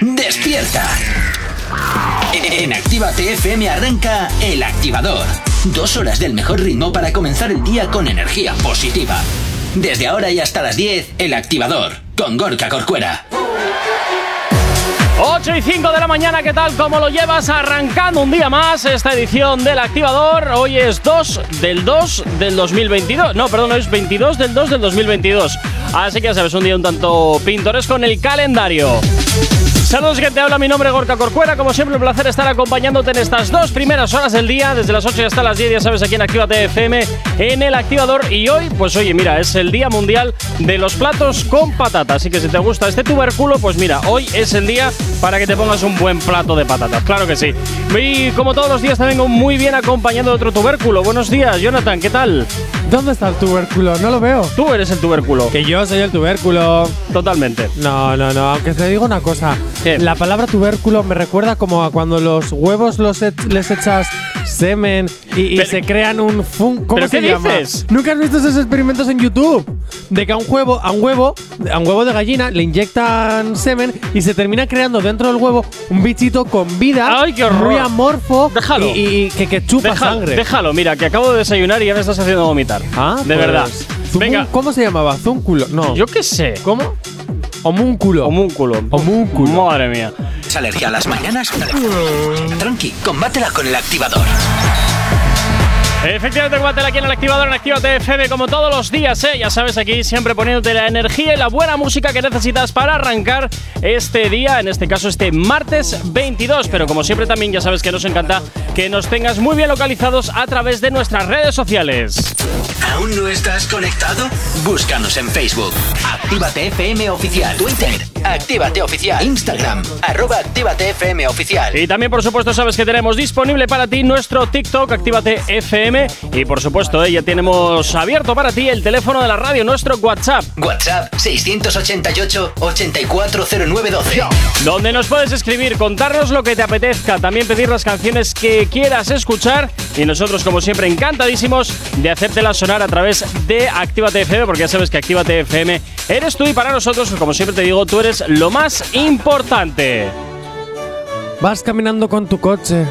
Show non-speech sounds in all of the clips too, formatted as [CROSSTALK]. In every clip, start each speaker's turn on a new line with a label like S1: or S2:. S1: Despierta. En Activa TFM arranca El Activador. Dos horas del mejor ritmo para comenzar el día con energía positiva. Desde ahora y hasta las 10, El Activador, con Gorka Corcuera.
S2: 8 y 5 de la mañana, ¿qué tal? ¿Cómo lo llevas? Arrancando un día más esta edición del Activador. Hoy es 2 del 2 del 2022. No, perdón, hoy es 22 del 2 del 2022. Así que ya sabes, un día un tanto pintoresco en el calendario. Saludos que te habla, mi nombre es Gorka Corcuera. Como siempre, un placer estar acompañándote en estas dos primeras horas del día, desde las 8 hasta las 10, ya sabes, aquí en Actívate FM, en el activador. Y hoy, pues oye, mira, es el Día Mundial de los Platos con Patata. Así que si te gusta este tubérculo, pues mira, hoy es el día para que te pongas un buen plato de patatas. Claro que sí. Y como todos los días, te vengo muy bien acompañado de otro tubérculo. Buenos días, Jonathan, ¿qué tal?
S3: ¿Dónde está el tubérculo? No lo veo.
S2: Tú eres el tubérculo.
S3: Que yo soy el tubérculo.
S2: Totalmente.
S3: No, no, no. Aunque te digo una cosa.
S2: ¿Qué?
S3: La palabra tubérculo me recuerda como a cuando los huevos los e- les echas semen y, y
S2: Pero-
S3: se crean un fun. ¿Cómo
S2: ¿Pero
S3: se
S2: qué
S3: llama?
S2: dices?
S3: ¿Nunca has visto esos experimentos en YouTube? De que a un huevo, a un huevo, a un huevo de gallina le inyectan semen y se termina creando dentro del huevo un bichito con vida.
S2: ¡Ay, qué horror!
S3: Muy amorfo.
S2: Déjalo.
S3: Y, y- y que, que chupa
S2: Déjalo,
S3: sangre.
S2: déjalo, mira, que acabo de desayunar y ya me estás haciendo vomitar.
S3: Ah,
S2: de
S3: pues,
S2: verdad.
S3: zumun-
S2: Venga,
S3: ¿Cómo se llamaba? Zúnculo. No.
S2: yo qué sé.
S3: ¿Cómo? Homúnculo.
S2: Homúnculo.
S3: Homúnculo.
S2: Madre mía.
S1: ¿Es alergia a las mañanas? Tranqui, combátela con El Activador.
S2: Efectivamente, combátela aquí en el activador en Actívate FM, como todos los días, ¿eh? Ya sabes, aquí siempre poniéndote la energía y la buena música que necesitas para arrancar este día, en este caso este martes 22. Pero como siempre, también ya sabes que nos encanta que nos tengas muy bien localizados a través de nuestras redes sociales.
S1: ¿Aún no estás conectado? Búscanos en Facebook. Actívate FM Oficial. Twitter. Actívate Oficial. Instagram. Arroba Actívate FM Oficial.
S2: Y también, por supuesto, sabes que tenemos disponible para ti nuestro TikTok, Actívate FM. Y por supuesto, eh, ya tenemos abierto para ti el teléfono de la radio, nuestro WhatsApp.
S1: WhatsApp 688 840912.
S2: Donde nos puedes escribir, contarnos lo que te apetezca, también pedir las canciones que quieras escuchar y nosotros como siempre encantadísimos de hacértelas sonar a través de Actívate FM porque ya sabes que Actívate FM eres tú y para nosotros, como siempre te digo, tú eres lo más importante.
S3: Vas caminando con tu coche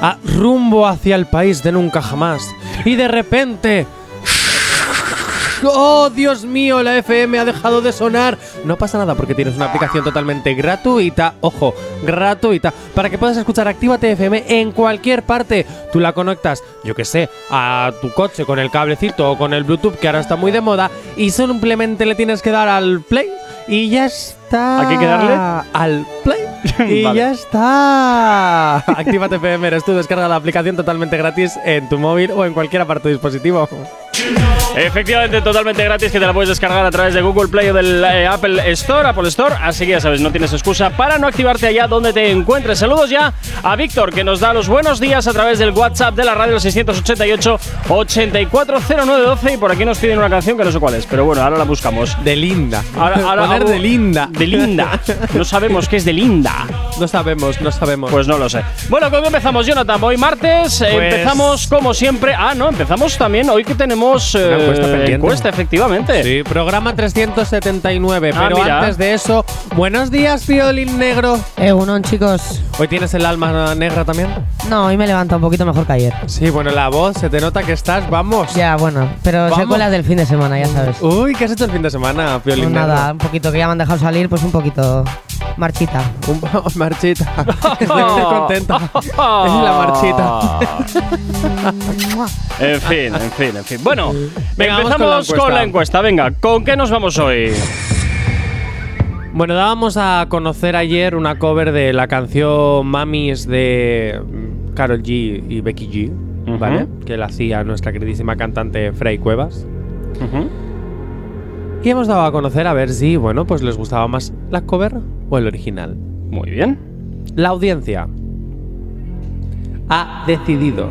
S3: a rumbo hacia el país de nunca jamás y de repente ¡Oh, Dios mío! La FM ha dejado de sonar. No pasa nada porque tienes una aplicación totalmente gratuita. Ojo, gratuita. Para que puedas escuchar Actívate FM en cualquier parte. Tú la conectas, yo que sé, a tu coche con el cablecito o con el Bluetooth que ahora está muy de moda. Y simplemente le tienes que dar al play y ya está.
S2: ¿A qué quedarle?
S3: Al [LAUGHS] play. Y
S2: Vale.
S3: ya está. Actívate FM, eres tú. Descarga la aplicación totalmente gratis en tu móvil o en cualquier aparato dispositivo.
S2: Efectivamente, totalmente gratis que te la puedes descargar a través de Google Play o del eh, Apple Store, Apple Store. Así que ya sabes, no tienes excusa para no activarte allá donde te encuentres. Saludos ya a Víctor que nos da los buenos días a través del WhatsApp de la radio 688 840912 y por aquí nos piden una canción que no sé cuál es, pero bueno, ahora la buscamos.
S3: De linda.
S2: Ahora, ahora
S3: Poner
S2: hago-
S3: de linda.
S2: De linda. No sabemos qué es de linda.
S3: No sabemos, no sabemos.
S2: Pues no lo sé. Bueno, ¿con qué empezamos, Jonathan? Hoy martes eh,
S3: Pues-
S2: empezamos como siempre. Ah, no, empezamos también hoy que tenemos eh,
S3: Una encuesta pendiente.
S2: encuesta, efectivamente. [LAUGHS]
S3: Sí, programa 379.
S2: Ah,
S3: pero
S2: mira.
S3: antes de eso, buenos días, Piolín Negro.
S4: Egunon, Eh, chicos.
S3: ¿Hoy tienes el alma negra también?
S4: No, hoy me levanta un poquito mejor que ayer.
S3: Sí, bueno, la voz, se te nota que estás, vamos.
S4: Ya, bueno, pero
S3: Vamos.
S4: secuelas del fin de semana, ya sabes.
S3: Uy, ¿qué has hecho el fin de semana,
S4: Pues
S3: Piolín
S4: nada,
S3: Negro?
S4: un poquito que ya me han dejado salir, pues un poquito marchita.
S3: Un [LAUGHS] poco marchita. [LAUGHS]
S2: [LAUGHS]
S3: Estoy contenta. es la marchita.
S2: En fin, en fin, en fin. Bueno,
S3: Venga, vamos con la
S2: empezamos con la
S3: encuesta.
S2: encuesta. Venga, ¿con qué nos vamos hoy?
S3: Bueno, dábamos a conocer ayer una cover de la canción Mamis de mm, Karol G y Becky G,
S2: Ujú.
S3: ¿vale? Que la hacía nuestra queridísima cantante Frey Cuevas. Y hemos dado a conocer a ver si, bueno, pues les gustaba más la cover o el original.
S2: Muy bien.
S3: La audiencia ha decidido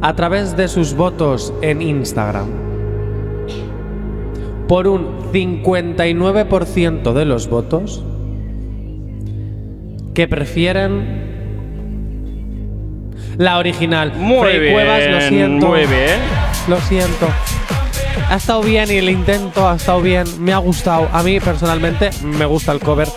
S3: a través de sus votos en Instagram por un 59% de los votos que prefieren la original.
S2: Muy
S3: Frey
S2: bien.
S3: Cuevas, lo siento.
S2: Muy bien.
S3: Lo siento. Ha estado bien y el intento ha estado bien. Me ha gustado. A mí personalmente me gusta el cover.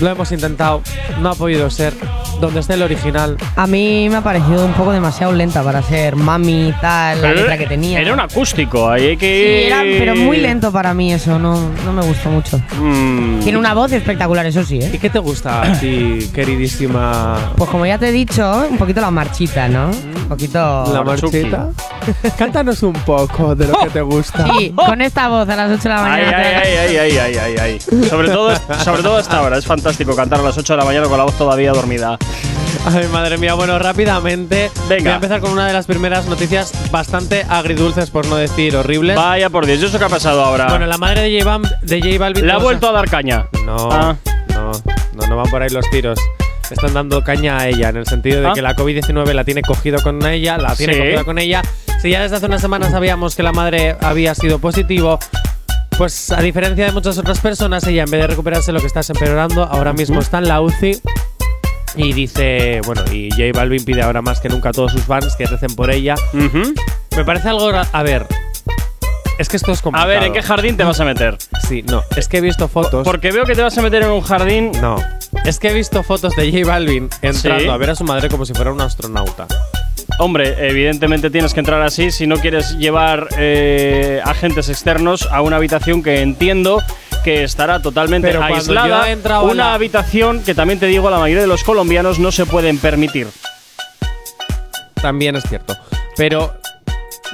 S3: Lo hemos intentado, no ha podido ser. Donde esté el original.
S4: A mí me ha parecido un poco demasiado lenta para ser mami, tal, la letra que tenía.
S2: Era un acústico, ahí hay
S4: Sí,
S2: que.
S4: era- pero muy lento para mí eso, no, no me gustó mucho.
S2: Mm,
S4: Tiene una voz espectacular, eso sí,
S3: ¿Y
S4: ¿eh?
S3: qué te gusta a
S2: [COUGHS]
S3: ti, queridísima
S4: Pues como ya te he dicho, un poquito la marchita, ¿no? Un
S2: Ah,
S4: poquito...
S3: la
S2: Marzuki.
S3: marchita? Cántanos un poco de lo que te gusta.
S4: Sí, con esta voz a las 8 de la
S2: Ay,
S4: mañana.
S2: ay, ay, ay, ay, ay, ay, ay. Sobre todo, sobre todo hasta ahora. Es fantástico cantar a las 8 de la mañana con la voz todavía dormida.
S3: Ay, madre mía, bueno, rápidamente
S2: Venga.
S3: voy a empezar con una de las primeras noticias bastante agridulces, por no decir horribles.
S2: Vaya por Dios, ¿y eso qué ha pasado ahora?
S3: Bueno, la madre de J, Bam- de J Balvin...
S2: Le ha
S3: vamos a-
S2: vuelto a dar caña.
S3: No,
S2: Ah.
S3: no, no, no van por ahí los tiros. Están dando caña a ella, en el sentido de
S2: Ah.
S3: que la COVID-19 la tiene cogido con ella, la tiene
S2: Sí.
S3: cogida con ella. Si ya desde hace una semana sabíamos que la madre había sido positivo, pues a diferencia de muchas otras personas, ella en vez de recuperarse lo que está es empeorando, ahora mismo está en la UCI. Y dice, bueno, y J Balvin pide ahora más que nunca a todos sus fans que recen por ella.
S2: Ujú.
S3: Me parece algo... ra- A ver, es que esto es
S2: A
S3: complicado.
S2: ver, ¿en qué jardín te vas a meter?
S3: Sí, no, es que he visto fotos...
S2: Porque veo que te vas a meter en un jardín.
S3: No. Es que he visto fotos de J Balvin entrando
S2: Sí.
S3: a ver a su madre como si fuera un astronauta.
S2: Hombre, evidentemente tienes que entrar así si no quieres llevar eh, agentes externos a una habitación que entiendo que estará totalmente
S3: Pero cuando yo
S2: aislada.
S3: he entrado a
S2: una
S3: la-
S2: habitación que también te digo, la mayoría de los colombianos no se pueden permitir.
S3: También es cierto. Pero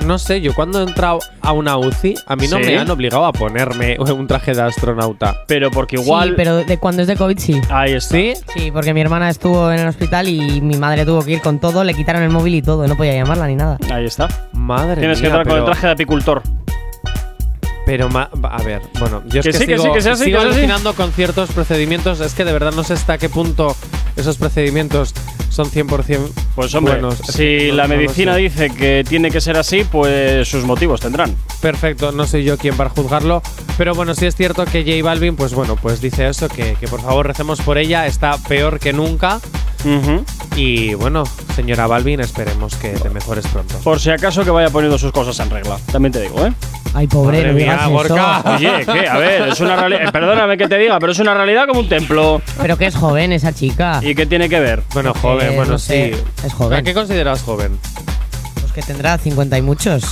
S3: no sé, yo cuando he entrado a una UCI, a mí no
S2: Sí.
S3: me han obligado a ponerme un traje de astronauta.
S2: Pero porque igual.
S4: Sí, pero de cuando es de COVID sí.
S2: Ahí está.
S3: ¿Sí?
S4: Sí, porque mi hermana estuvo en el hospital y mi madre tuvo que ir con todo, le quitaron el móvil y todo, no podía llamarla ni nada.
S2: Ahí está.
S3: Madre
S2: Tienes que
S3: mía,
S2: entrar con el
S3: pero-
S2: traje de apicultor.
S3: Pero, ma- a ver, bueno, yo es
S2: Que
S3: que,
S2: sí, que
S3: sigo,
S2: sí, que sea así,
S3: sigo
S2: que sea así.
S3: alucinando con ciertos procedimientos. Es que de verdad no sé hasta qué punto esos procedimientos son 100%
S2: Pues hombre,
S3: buenos. Es
S2: si
S3: que no-
S2: la
S3: no lo
S2: medicina
S3: sé.
S2: dice que tiene que ser así, pues sus motivos tendrán.
S3: Perfecto, no soy yo quien para juzgarlo. Pero bueno, sí es cierto que J Balvin, pues bueno, pues dice eso, que, que por favor recemos por ella, está peor que nunca.
S2: Ujú.
S3: Y bueno, señora Balvin, esperemos que te mejores pronto.
S2: Por si acaso que vaya poniendo sus cosas en regla. También te digo, ¿eh?
S4: Ay, pobre,
S3: Madre
S4: no digas
S3: mía,
S4: eso.
S2: [LAUGHS]
S3: Gorka.
S2: Oye, ¿qué? A ver, es una realidad. Perdóname que te diga, pero es una realidad como un templo.
S4: Pero que es joven esa chica.
S2: ¿Y qué tiene que ver?
S3: Bueno, joven,
S4: Eh,
S3: bueno,
S4: no sé,
S3: sí.
S4: es joven.
S3: ¿A qué consideras joven?
S4: Pues que tendrá 50 y muchos.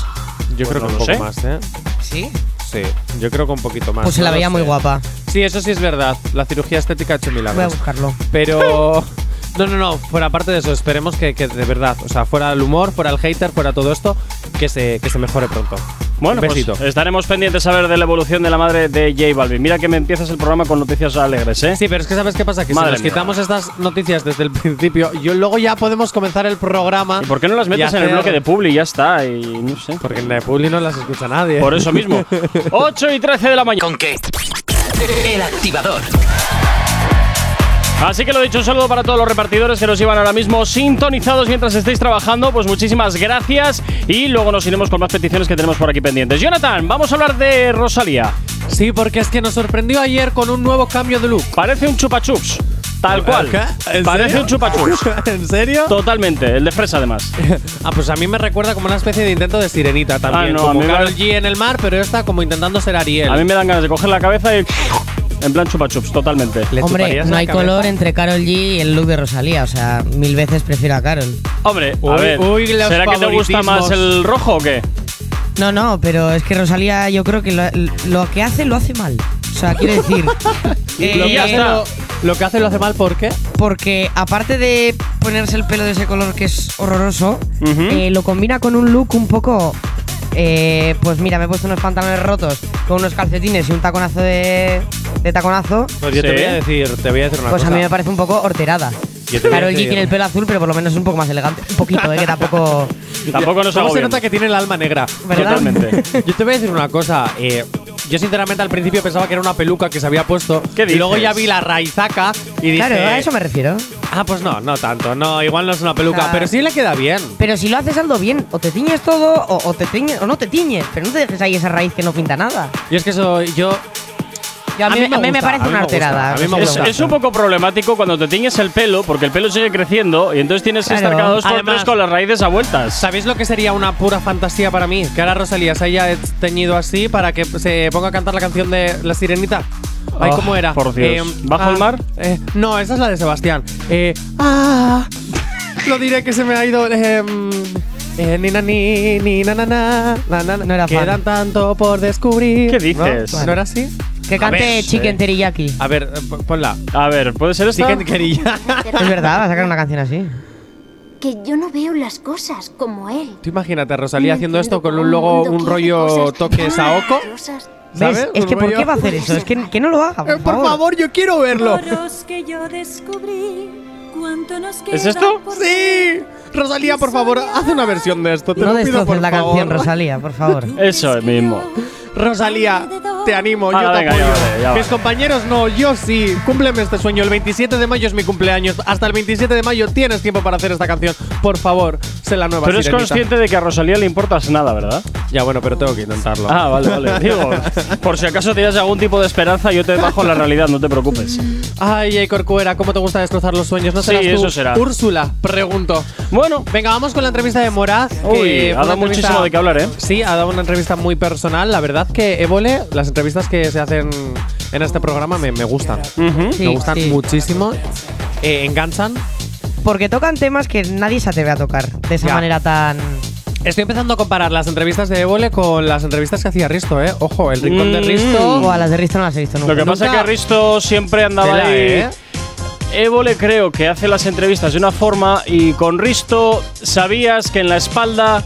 S2: Pues
S3: Yo creo
S2: no
S3: que un
S2: lo
S3: poco
S2: sé.
S3: más, ¿eh?
S4: ¿Sí?
S3: Sí, yo creo que un poquito más.
S4: Pues se la
S3: no lo
S4: veía muy
S3: sé.
S4: guapa.
S3: Sí, eso sí es verdad. La cirugía estética ha hecho
S4: Voy a
S3: milagros.
S4: buscarlo.
S3: Pero. [LAUGHS] No, no, no, fuera parte de eso, esperemos que, que de verdad, o sea, fuera el humor, fuera el hater, fuera todo esto, que se, que se mejore pronto.
S2: Bueno,
S3: Un
S2: pues
S3: besito.
S2: estaremos pendientes a ver de la evolución de la madre de J Balvin. Mira que me empiezas el programa con noticias alegres, ¿eh?
S3: Sí, pero es que sabes qué pasa, que
S2: Madre
S3: si nos
S2: mía.
S3: quitamos estas noticias desde el principio, yo luego ya podemos comenzar el programa.
S2: ¿Y por qué no las
S3: y
S2: metes en el
S3: hacer-
S2: bloque de Publi? Ya está, y no sé.
S3: Porque en la de Publi no las escucha nadie.
S2: Por eso mismo.
S3: [LAUGHS]
S2: 8 y 13 de la mañana.
S1: ¿Con qué? El activador.
S2: Así que lo dicho, un saludo para todos los repartidores que nos llevan ahora mismo sintonizados mientras estéis trabajando. Pues muchísimas gracias. Y luego nos iremos con más peticiones que tenemos por aquí pendientes. Jonathan, vamos a hablar de Rosalía.
S3: Sí, porque es que nos sorprendió ayer con un nuevo cambio de look.
S2: Parece un chupachups. Tal cual.
S3: ¿Qué? ¿En
S2: Parece
S3: serio?
S2: un chupachups.
S3: [LAUGHS] ¿En serio?
S2: Totalmente, el de fresa además.
S3: Ah, pues a mí me recuerda como una especie de intento de sirenita también.
S2: Ah, no, a
S3: como
S2: mí me-
S3: Karol G en el mar, pero esta como intentando ser Ariel.
S2: A mí me dan ganas de coger la cabeza y. En plan chupachups, totalmente.
S3: ¿Le
S4: Hombre,
S3: chuparías
S4: no
S3: la
S4: hay
S3: cabeza?
S4: color entre Carol G y el look de Rosalía. O sea, mil veces prefiero a Carol.
S2: Hombre, a
S3: Uy,
S2: ver.
S3: uy, los
S2: ¿Será que te gusta
S3: favoritismos.
S2: más el rojo o qué?
S4: No, no, pero es que Rosalía yo creo que lo, lo que hace lo hace mal. O sea, quiero decir. eh,
S3: Lo que,
S2: ya
S3: hace
S2: está.
S3: lo, lo que hace lo hace mal, ¿por qué?
S4: Porque aparte de ponerse el pelo de ese color que es horroroso,
S2: Ujú.
S4: eh, lo combina con un look un poco. eh, pues mira, me he puesto unos pantalones rotos con unos calcetines y un taconazo de, de taconazo.
S3: Pues yo
S2: Sí.
S3: te voy a decir, te voy a decir una
S4: Pues
S3: cosa.
S4: a mí me parece un poco horterada.
S3: Yo te voy a
S4: Carol G
S3: decir-
S4: tiene el pelo azul, pero por lo menos es un poco más elegante. Un poquito, eh, que tampoco.
S2: Tampoco nos
S3: ¿Cómo se
S2: agobien.
S3: nota que tiene el alma negra?
S4: ¿Verdad?
S2: Totalmente.
S3: [LAUGHS] Yo te voy a decir una cosa. eh, yo sinceramente al principio pensaba que era una peluca que se había puesto.
S2: ¿Qué
S3: y luego
S2: dices?
S3: ya vi la raizaca [LAUGHS] y dije.
S4: Claro, a eso me refiero.
S3: Ah, pues no, no tanto. No, igual no es una peluca,
S4: Ah.
S3: pero sí le queda bien.
S4: Pero si lo haces algo bien, o te tiñes todo, o, o te tiñes, o no te tiñes, pero no te dejes ahí esa raíz que no pinta nada.
S3: Y es que eso, yo
S4: Yo a, mí,
S3: mí me
S4: a mí me
S3: gusta,
S4: parece
S3: a mí
S4: una
S3: me gusta,
S4: arterada.
S3: a mí me
S4: no sé.
S2: Es,
S3: gusta.
S2: es un poco problemático cuando te tiñes el pelo, porque el pelo sigue creciendo y entonces tienes que estar
S4: Claro.
S2: cada dos por
S3: Además-
S2: tres con las raíces a vueltas.
S3: ¿Sabéis lo que sería una pura fantasía para mí? Que ahora Rosalía se haya teñido así para que se ponga a cantar la canción de La Sirenita. Ay,
S2: Ah,
S3: ¿cómo era?
S2: por Dios. ¿Bajo el mar?
S3: eh, no, esa es la de Sebastián. Eh, ah, lo diré que se me ha ido. eh, mm, eh, ni na ni, ni na na na, na, na, na.
S4: No era fan.
S3: Quedan tanto por descubrir.
S2: ¿Qué dices?
S3: ¿No, ¿No era así?
S4: Que cante
S2: ver,
S4: Chicken Teriyaki.
S3: A ver, eh, pon- ponla.
S2: A ver, ¿puede ser
S3: Sí
S2: esta?
S3: que quería. [LAUGHS]
S4: Es verdad, va a sacar una canción así.
S5: Que yo no veo las cosas como él.
S3: Tú imagínate a Rosalía
S5: No
S3: haciendo esto
S5: entiendo
S3: con
S5: cómo
S3: un logo,
S5: mundo
S3: un
S5: quiere
S3: rollo
S5: cosas
S3: toque
S5: tan
S3: Saoko.
S5: maravillosas.
S3: ¿Sabes?
S4: ¿Ves? Es
S3: Un
S4: que ¿por
S3: rollo-
S4: qué va a hacer eso? Es que, que no lo haga, por,
S3: Eh, Por favor, yo quiero verlo.
S6: Coros que yo descubrí. ¿Cuánto nos queda
S2: ¿Es esto?
S6: por-
S3: Sí. Rosalía, por favor, haz una versión de esto. Te lo
S4: No
S3: pido, por
S4: destroces la
S3: favor.
S4: canción, Rosalía, por favor.
S3: [LAUGHS]
S2: Eso mismo.
S3: Rosalía, te animo,
S2: Ah,
S3: yo te
S2: venga,
S3: apoyo.
S2: ya vale, ya
S3: Mis
S2: vale.
S3: compañeros no, yo sí. Cúmpleme este sueño. El 27 de mayo es mi cumpleaños. Hasta el 27 de mayo tienes tiempo para hacer esta canción. Por favor, sé la nueva
S2: Pero es
S3: sirenita.
S2: consciente de que a Rosalía le importas nada, ¿verdad?
S3: Ya, bueno, pero tengo que intentarlo.
S2: Ah, vale,
S4: [LAUGHS]
S2: vale. Digo, por si acaso tienes algún tipo de esperanza, yo te bajo la realidad, no te preocupes.
S3: Ay, ay, Corcuera, cómo te gusta destrozar los sueños. No
S2: Sí,
S3: serás tú.
S2: eso será.
S3: Úrsula, pregunto.
S2: Bueno,
S3: Venga, vamos con la entrevista de Moraz.
S2: Uy, ha
S3: que fue una
S2: dado
S3: entrevista-
S2: muchísimo de qué hablar, ¿eh?
S3: Sí, ha dado una entrevista muy personal. La verdad que Évole, las entrevistas que se hacen en este programa me, me gustan.
S4: Sí,
S3: me gustan
S4: sí.
S3: muchísimo. Eh, enganchan.
S4: Porque tocan temas que nadie se atreve a tocar de esa
S3: Ya. Mm.
S4: manera tan.
S3: Estoy empezando a comparar las entrevistas de Évole con las entrevistas que hacía Risto, ¿eh? Ojo, el rincón de
S2: Mm.
S3: Risto.
S4: O a las de Risto no las he visto nunca.
S2: lo que pasa es que Risto siempre andaba
S3: Tela,
S2: ahí.
S3: ¿eh?
S2: Évole creo que hace las entrevistas de una forma y con Risto sabías que en la espalda,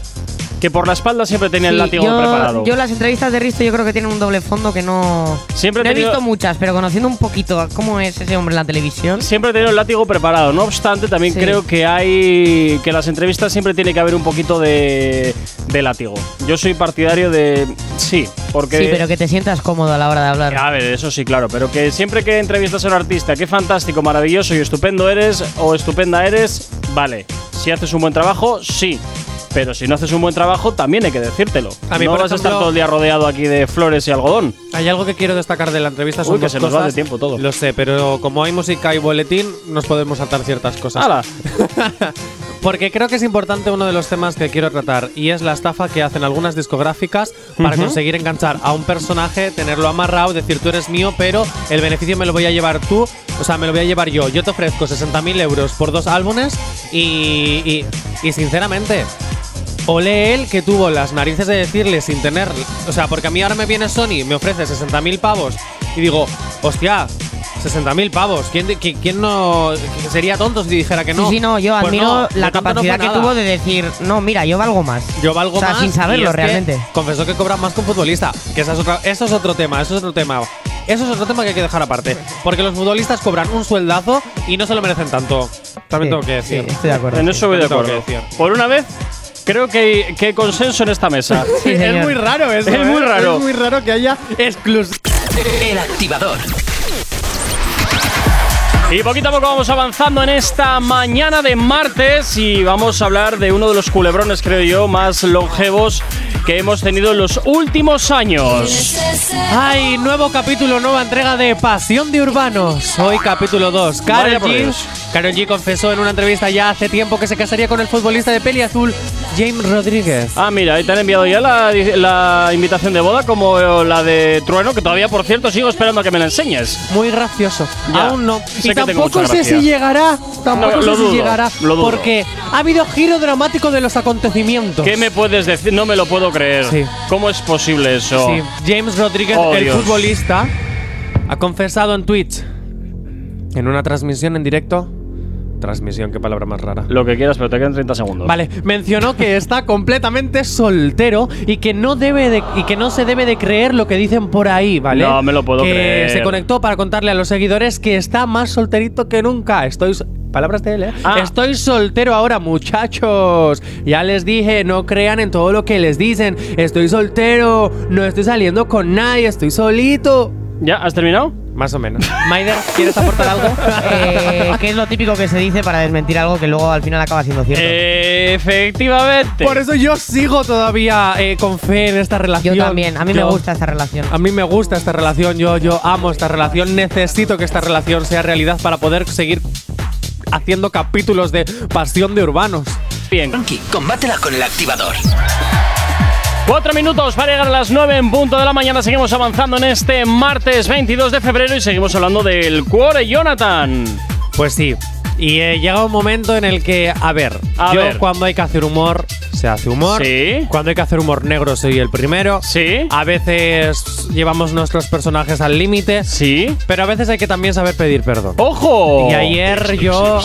S2: que por la espalda siempre tenía el
S4: Sí,
S2: látigo
S4: yo,
S2: preparado.
S4: yo las entrevistas de Risto yo creo que tienen un doble fondo que no.
S2: Siempre he
S4: no he
S2: tenido-
S4: visto muchas, pero conociendo un poquito cómo es ese hombre en la televisión.
S2: Siempre he tenido el látigo preparado. No obstante, también
S4: Sí.
S2: creo que hay. que en las entrevistas siempre tiene que haber un poquito de. de látigo. Yo soy partidario de. sí, porque.
S4: Sí, pero que te sientas cómodo a la hora de hablar.
S2: A ver, eso sí, claro, pero que siempre que entrevistas a un artista, qué fantástico, maravilloso y estupendo eres o estupenda eres, vale. Si haces un buen trabajo, sí. Pero si no haces un buen trabajo, también hay que decírtelo.
S3: A mí,
S2: no
S3: por
S2: vas a estar
S3: ejemplo-
S2: todo el día rodeado aquí de flores y algodón.
S3: Hay algo que quiero destacar de la entrevista, son
S2: Uy, que
S3: dos
S2: se nos va
S3: cosas.
S2: de tiempo todo.
S3: Lo sé, pero como hay música y boletín, nos podemos saltar ciertas cosas.
S2: ¡Hala!
S3: [LAUGHS] Porque creo que es importante uno de los temas que quiero tratar y es la estafa que hacen algunas discográficas para conseguir enganchar a un personaje, tenerlo amarrado, decir tú eres mío, pero el beneficio me lo voy a llevar tú, o sea, me lo voy a llevar yo. Yo te ofrezco 60.000 euros por dos álbumes y, y, y sinceramente, Ole él que tuvo las narices de decirle sin tener. O sea, porque a mí ahora me viene Sony, me ofrece 60.000 pavos y digo, hostia. 60.000 pavos. ¿Quién, di- qui- quién no que sería tonto si dijera que
S4: Sí,
S3: no?
S4: sí, no, yo
S3: Pues
S4: admiro
S3: no, de
S4: la
S3: tonto no
S4: capacidad
S3: fue
S4: que
S3: nada.
S4: tuvo de decir, no, mira, yo valgo más.
S3: Yo valgo
S4: O sea,
S3: más.
S4: sin
S3: y
S4: saberlo
S3: es que
S4: realmente.
S3: confesó que cobra más que un futbolista. Que esa es otra- eso es otro tema, eso es otro tema. Eso es otro tema que hay que dejar aparte. Porque los futbolistas cobran un sueldazo y no se lo merecen tanto. También
S4: Sí,
S3: tengo que decir.
S4: sí, estoy de acuerdo.
S2: En eso voy de
S3: Tengo que
S2: acuerdo.
S3: decir.
S2: Por una vez, creo que hay, que hay consenso en esta mesa.
S3: es
S4: Sí, este señor.
S3: muy raro eso.
S2: Es
S3: ¿eh?
S2: muy raro.
S3: Es muy raro que haya exclusión.
S1: El activador.
S2: Y poquito a poco vamos avanzando en esta mañana de martes y vamos a hablar de uno de los culebrones, creo yo, más longevos que hemos tenido en los últimos años.
S3: Ay, nuevo capítulo, nueva entrega de Pasión de Urbanos. Hoy capítulo 2. Karol
S2: Vaya por
S3: G.
S2: Dios.
S3: Karol G confesó en una entrevista ya hace tiempo que se casaría con el futbolista de peli azul, James Rodríguez.
S2: Ah, mira, ahí te han enviado ya la, la invitación de boda como eh, la de Trueno, que todavía, por cierto, sigo esperando a que me la enseñes.
S3: Muy gracioso.
S2: Ya,
S3: Aún no.
S2: sé
S3: Y
S2: que tengo
S3: tampoco
S2: mucha
S3: sé
S2: gracia.
S3: si llegará. Tampoco
S2: No,
S3: sé
S2: lo dudo,
S3: si llegará.
S2: lo dudo.
S3: Porque ha habido giro dramático de los acontecimientos.
S2: ¿Qué me puedes decir? No me lo puedo creer.
S3: Sí.
S2: ¿Cómo es posible eso?
S3: Sí, James Rodríguez,
S2: Oh,
S3: el
S2: Dios.
S3: futbolista, ha confesado en Twitch, en una transmisión en directo. Transmisión, qué palabra más rara.
S2: Lo que quieras, pero te quedan 30 segundos.
S3: Vale, mencionó que está completamente soltero y que no debe de, y que no se debe de creer lo que dicen por ahí, ¿vale?
S2: No me lo puedo
S3: Que
S2: creer.
S3: Se conectó para contarle a los seguidores que está más solterito que nunca. Estoy so- palabras de él, ¿eh?
S2: Ah.
S3: Estoy soltero ahora, muchachos. Ya les dije, no crean en todo lo que les dicen. Estoy soltero, no estoy saliendo con nadie, estoy solito.
S2: ¿Ya? ¿Has terminado?
S3: Más o menos. Maider, ¿quieres aportar algo?
S4: Eh, ¿Qué es lo típico que se dice para desmentir algo que luego al final acaba siendo cierto?
S3: Eh,
S2: Eh, Efectivamente.
S3: Por eso yo sigo todavía eh, con fe en esta
S4: Yo
S3: relación.
S4: también, a mí
S3: Yo-
S4: me gusta esta relación.
S3: A mí me gusta esta relación, yo, yo amo esta relación, necesito que esta relación sea realidad para poder seguir haciendo capítulos de Pasión de Urbanos.
S2: Bien.
S1: Tranqui, combátela con el activador.
S2: Cuatro minutos para llegar a las 9 en punto de la mañana. Seguimos avanzando en este martes 22 de febrero y seguimos hablando del cuore Jonathan.
S3: Pues sí. Y eh, llega un momento en el que, a ver,
S2: A
S3: yo
S2: ver.
S3: cuando hay que hacer humor, se hace humor.
S2: Sí.
S3: Cuando hay que hacer humor negro, soy el primero.
S2: Sí. Ah,
S3: A veces llevamos nuestros personajes al límite.
S2: Sí.
S3: Pero a veces hay que también saber pedir perdón.
S2: ¡Ojo!
S3: Y ayer yo.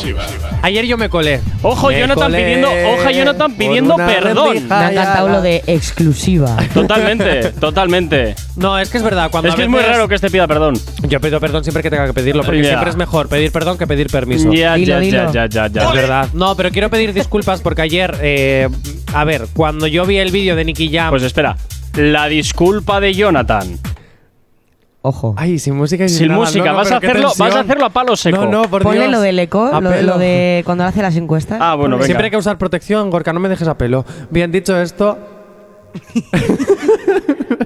S3: Ayer yo me colé.
S2: Ojo,
S3: Me
S2: Jonathan
S3: colé
S2: pidiendo- ojo, Jonathan
S3: por
S2: pidiendo
S3: una
S2: perdón.
S4: Me
S3: rendija y
S4: ha encantado
S3: ala.
S4: lo de exclusiva.
S3: [LAUGHS]
S2: Totalmente, totalmente.
S3: No, es que es verdad. Cuando
S2: Es
S3: a
S2: que es muy
S3: veces-
S2: raro que este pida perdón.
S3: Yo pido perdón siempre que tenga que pedirlo, porque
S2: Ya.
S3: siempre es mejor pedir perdón que pedir permiso.
S2: Ya,
S4: Dilo,
S2: ya, ya,
S4: dilo.
S2: ya, ya, ya.
S3: Es verdad. No, pero quiero pedir disculpas porque ayer, eh, a ver, cuando yo vi el vídeo de Nicky Jam.
S2: Pues espera. La disculpa de Jonathan.
S4: Ojo.
S3: ay, sin música y
S2: Sin música, vas a
S3: pero qué
S2: hacerlo- vas a hacerlo a palo seco.
S3: No, no, por
S4: Ponle
S3: Dios. Ah,
S4: lo del eco,
S3: A
S4: lo,
S3: pelo.
S4: lo de cuando hace las encuestas.
S2: Ah, bueno, venga.
S3: Siempre hay que usar protección, Gorka, no me dejes a pelo. Bien dicho esto,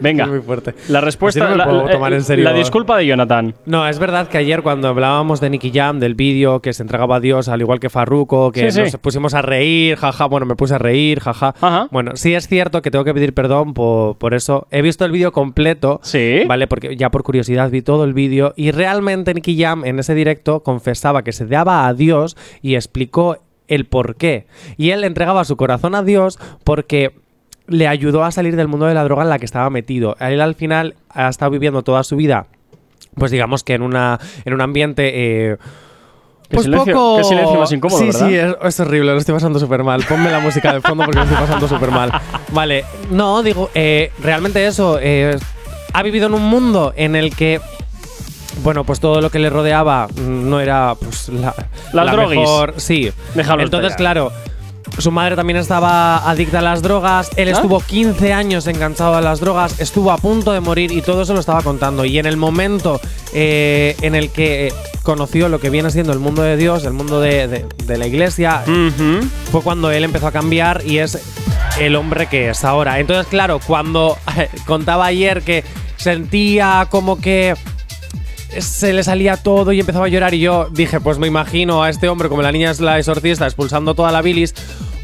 S2: Venga.
S3: es muy fuerte.
S2: La respuesta.
S3: Así no me
S2: la,
S3: puedo
S2: la- eh,
S3: tomar en serio. ¿eh?
S2: la disculpa de Jonathan.
S3: No, es verdad que ayer cuando hablábamos de Nicky Jam, del vídeo que se entregaba a Dios, al igual que Farruko,
S2: Sí,
S3: que
S2: sí.
S3: nos pusimos a reír, jaja, bueno, me puse a reír, jaja.
S2: Ajá.
S3: Bueno, sí es cierto que tengo que pedir perdón por, por eso. He visto el vídeo completo,
S2: Sí.
S3: ¿vale? Porque ya por curiosidad vi todo el vídeo y realmente Nicky Jam en ese directo confesaba que se daba a Dios y explicó el por qué. Y él entregaba su corazón a Dios porque le ayudó a salir del mundo de la droga en la que estaba metido. Él al final ha estado viviendo toda su vida pues digamos que en una en un ambiente eh, pues
S2: Qué silencio- qué silencio más incómodo,
S3: sí,
S2: ¿verdad?
S3: Sí, es, es horrible, lo estoy pasando súper mal. Ponme la música de fondo porque lo estoy pasando súper mal. Vale, no, digo, eh, realmente eso, eh, ha vivido en un mundo en el que, bueno, pues todo lo que le rodeaba mm, no era pues, la,
S2: Las
S3: la
S2: droguis.
S3: mejor- sí.
S2: Déjalo
S3: Entonces,
S2: estallar.
S3: claro, su madre también estaba adicta a las drogas, él
S2: ¿Ah?
S3: estuvo 15 años enganchado a las drogas, estuvo a punto de morir y todo eso lo estaba contando. Y en el momento eh, en el que eh, conoció lo que viene siendo el mundo de Dios, el mundo de, de- de la iglesia,
S2: Ujú.
S3: fue cuando él empezó a cambiar y es el hombre que es ahora. Entonces, claro, cuando [LAUGHS] contaba ayer que sentía como que se le salía todo y empezaba a llorar y yo dije, pues me imagino a este hombre como la niña es la exorcista expulsando toda la bilis.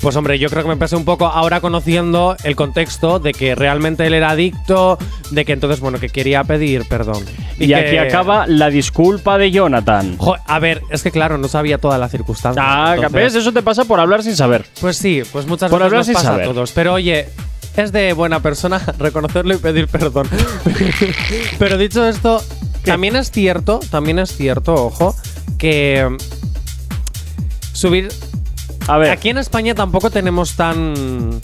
S3: Pues hombre, yo creo que me empecé un poco ahora conociendo el contexto de que realmente él era adicto, de que entonces, bueno, que quería pedir perdón.
S2: Y aquí
S3: que-
S2: acaba la disculpa de Jonathan.
S3: Jo, a ver, es que claro, no sabía toda la circunstancia.
S2: Ah,
S3: entonces-
S2: ¿ves? Eso te pasa por hablar sin saber.
S3: pues sí, pues muchas
S2: Por
S3: veces
S2: hablar
S3: nos
S2: sin
S3: pasa
S2: saber.
S3: a todos. Pero oye, es de buena persona [LAUGHS] reconocerlo y pedir perdón. [LAUGHS] Pero dicho esto, también es cierto, también es cierto, ojo, que mm, subir...
S2: A ver.
S3: Aquí en España tampoco tenemos tan...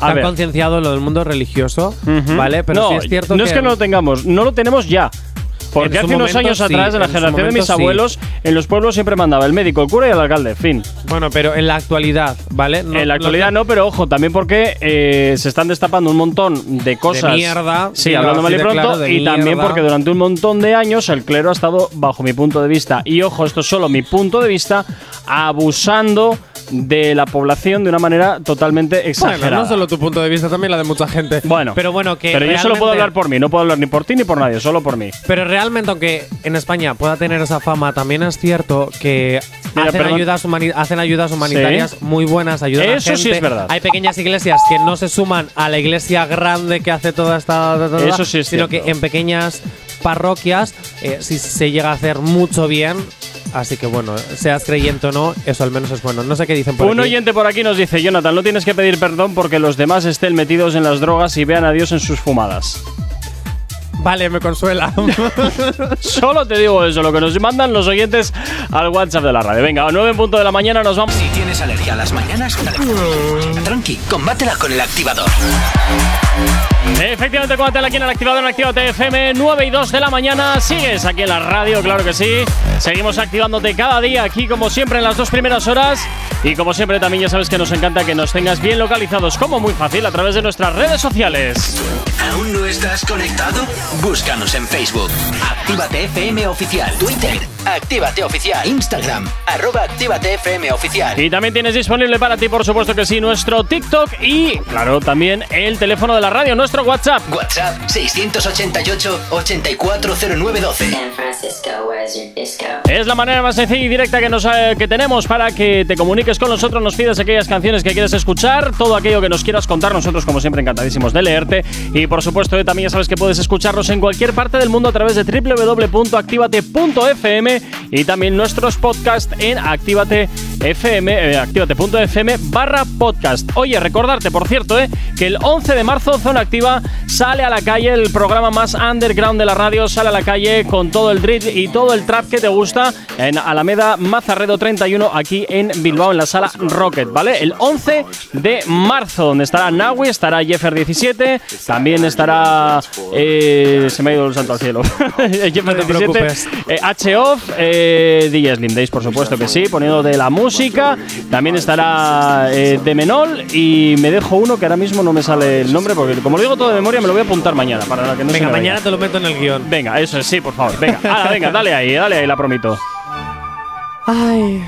S2: A
S3: tan
S2: ver.
S3: concienciado lo del mundo religioso,
S2: Ujú.
S3: ¿vale? Pero
S2: no,
S3: sí es cierto
S2: no es que no lo tengamos, no lo tenemos ya. Porque
S3: En su
S2: hace unos
S3: momento
S2: años
S3: sí,
S2: atrás, en la
S3: en su
S2: generación de mis
S3: momento sí.
S2: abuelos, en los pueblos siempre mandaba el médico, el cura y el alcalde. Fin.
S3: Bueno, pero en la actualidad, ¿vale? No-
S2: en la
S3: no-
S2: actualidad no, pero ojo, también porque eh, se están destapando un montón de cosas.
S3: mierda,
S2: Sí,
S3: digo,
S2: hablando mal
S3: así
S2: y
S3: de
S2: pronto.
S3: claro, de
S2: y también
S3: mierda.
S2: porque durante un montón de años el clero ha estado, bajo mi punto de vista, y ojo, esto es solo mi punto de vista, abusando de la población de una manera totalmente exagerada.
S3: Bueno, no solo tu punto de vista, también la de mucha gente.
S2: Bueno,
S3: pero bueno, que
S2: Pero yo solo puedo
S3: realmente-
S2: hablar por mí, no puedo hablar ni por ti ni por nadie, solo por mí.
S3: Pero realmente, aunque en España pueda tener esa fama, también es cierto que
S2: Mira,
S3: hacen,
S2: perdón.
S3: ayudas humani- hacen ayudas humanitarias
S2: Sí.
S3: muy buenas, ayudan a
S2: Eso
S3: gente.
S2: sí es verdad.
S3: Hay pequeñas iglesias que no se suman a la iglesia grande que hace toda esta. ta, ta, ta,
S2: Eso sí es
S3: Sino
S2: cierto.
S3: que en pequeñas parroquias eh, sí se llega a hacer mucho bien. Así que bueno, seas creyente o no, eso al menos es bueno. No sé qué dicen por
S2: Un
S3: aquí.
S2: oyente por aquí nos dice, Jonathan, no tienes que pedir perdón porque los demás estén metidos en las drogas y vean a Dios en sus fumadas.
S3: Vale, me consuela.
S2: [LAUGHS] Solo te digo eso, lo que nos mandan los oyentes al WhatsApp de la radio. Venga, a 9 en punto de la mañana nos vamos.
S1: Si tienes alergia a las mañanas, dale. tranqui, combátela con el activador.
S2: Efectivamente, cuéntale aquí en el activador en Activate FM, 9 y 2 de la mañana. Sigues aquí en la radio, claro que sí. Seguimos activándote cada día aquí, como siempre, en las dos primeras horas. Y como siempre, también ya sabes que nos encanta que nos tengas bien localizados, como muy fácil, a través de nuestras redes sociales.
S1: ¿Aún no estás conectado? Búscanos en Facebook. Actívate FM Oficial. Twitter. Actívate Oficial. Instagram. Arroba Actívate FM Oficial.
S2: Y también tienes disponible para ti, por supuesto que sí, nuestro TikTok y, claro, también el teléfono de la radio, nuestro WhatsApp.
S1: WhatsApp 688-840912.
S7: San Francisco, where's your disco?
S2: Es la manera más sencilla y directa que, nos, eh, que tenemos para que te comuniques con nosotros, nos pidas aquellas canciones que quieres escuchar, todo aquello que nos quieras contar, nosotros como siempre encantadísimos de leerte y por supuesto eh, también ya sabes que puedes escucharnos en cualquier parte del mundo a través de www.activate.fm y también nuestros podcasts en activate FM, eh, activate.fm barra podcast. Oye, recordarte, por cierto, eh, que el 11 de marzo Zona Activa sale a la calle, el programa más underground de la radio sale a la calle con todo el drill y todo el trap que te gusta en Alameda Mazarredo 31 aquí en Bilbao en la sala Rocket, ¿vale? El 11 de marzo, donde estará Nawi, estará Jeffer 17, también estará... eh, se me ha ido el santo al cielo. [LAUGHS] Jeffer 17,
S3: preocupes.
S2: eh, H-Off, eh, DJ Slim Days, por supuesto que sí, poniendo de la música. También estará eh, de Menol y me dejo uno que ahora mismo no me sale el nombre, porque como lo digo todo de memoria, me lo voy a apuntar mañana para la que no se
S3: Venga,
S2: me vaya.
S3: mañana te lo meto en el guión.
S2: Venga, eso es, sí, por favor.
S3: [LAUGHS]
S2: Venga, Ala, venga, dale ahí, dale ahí, la promito.
S3: Ay,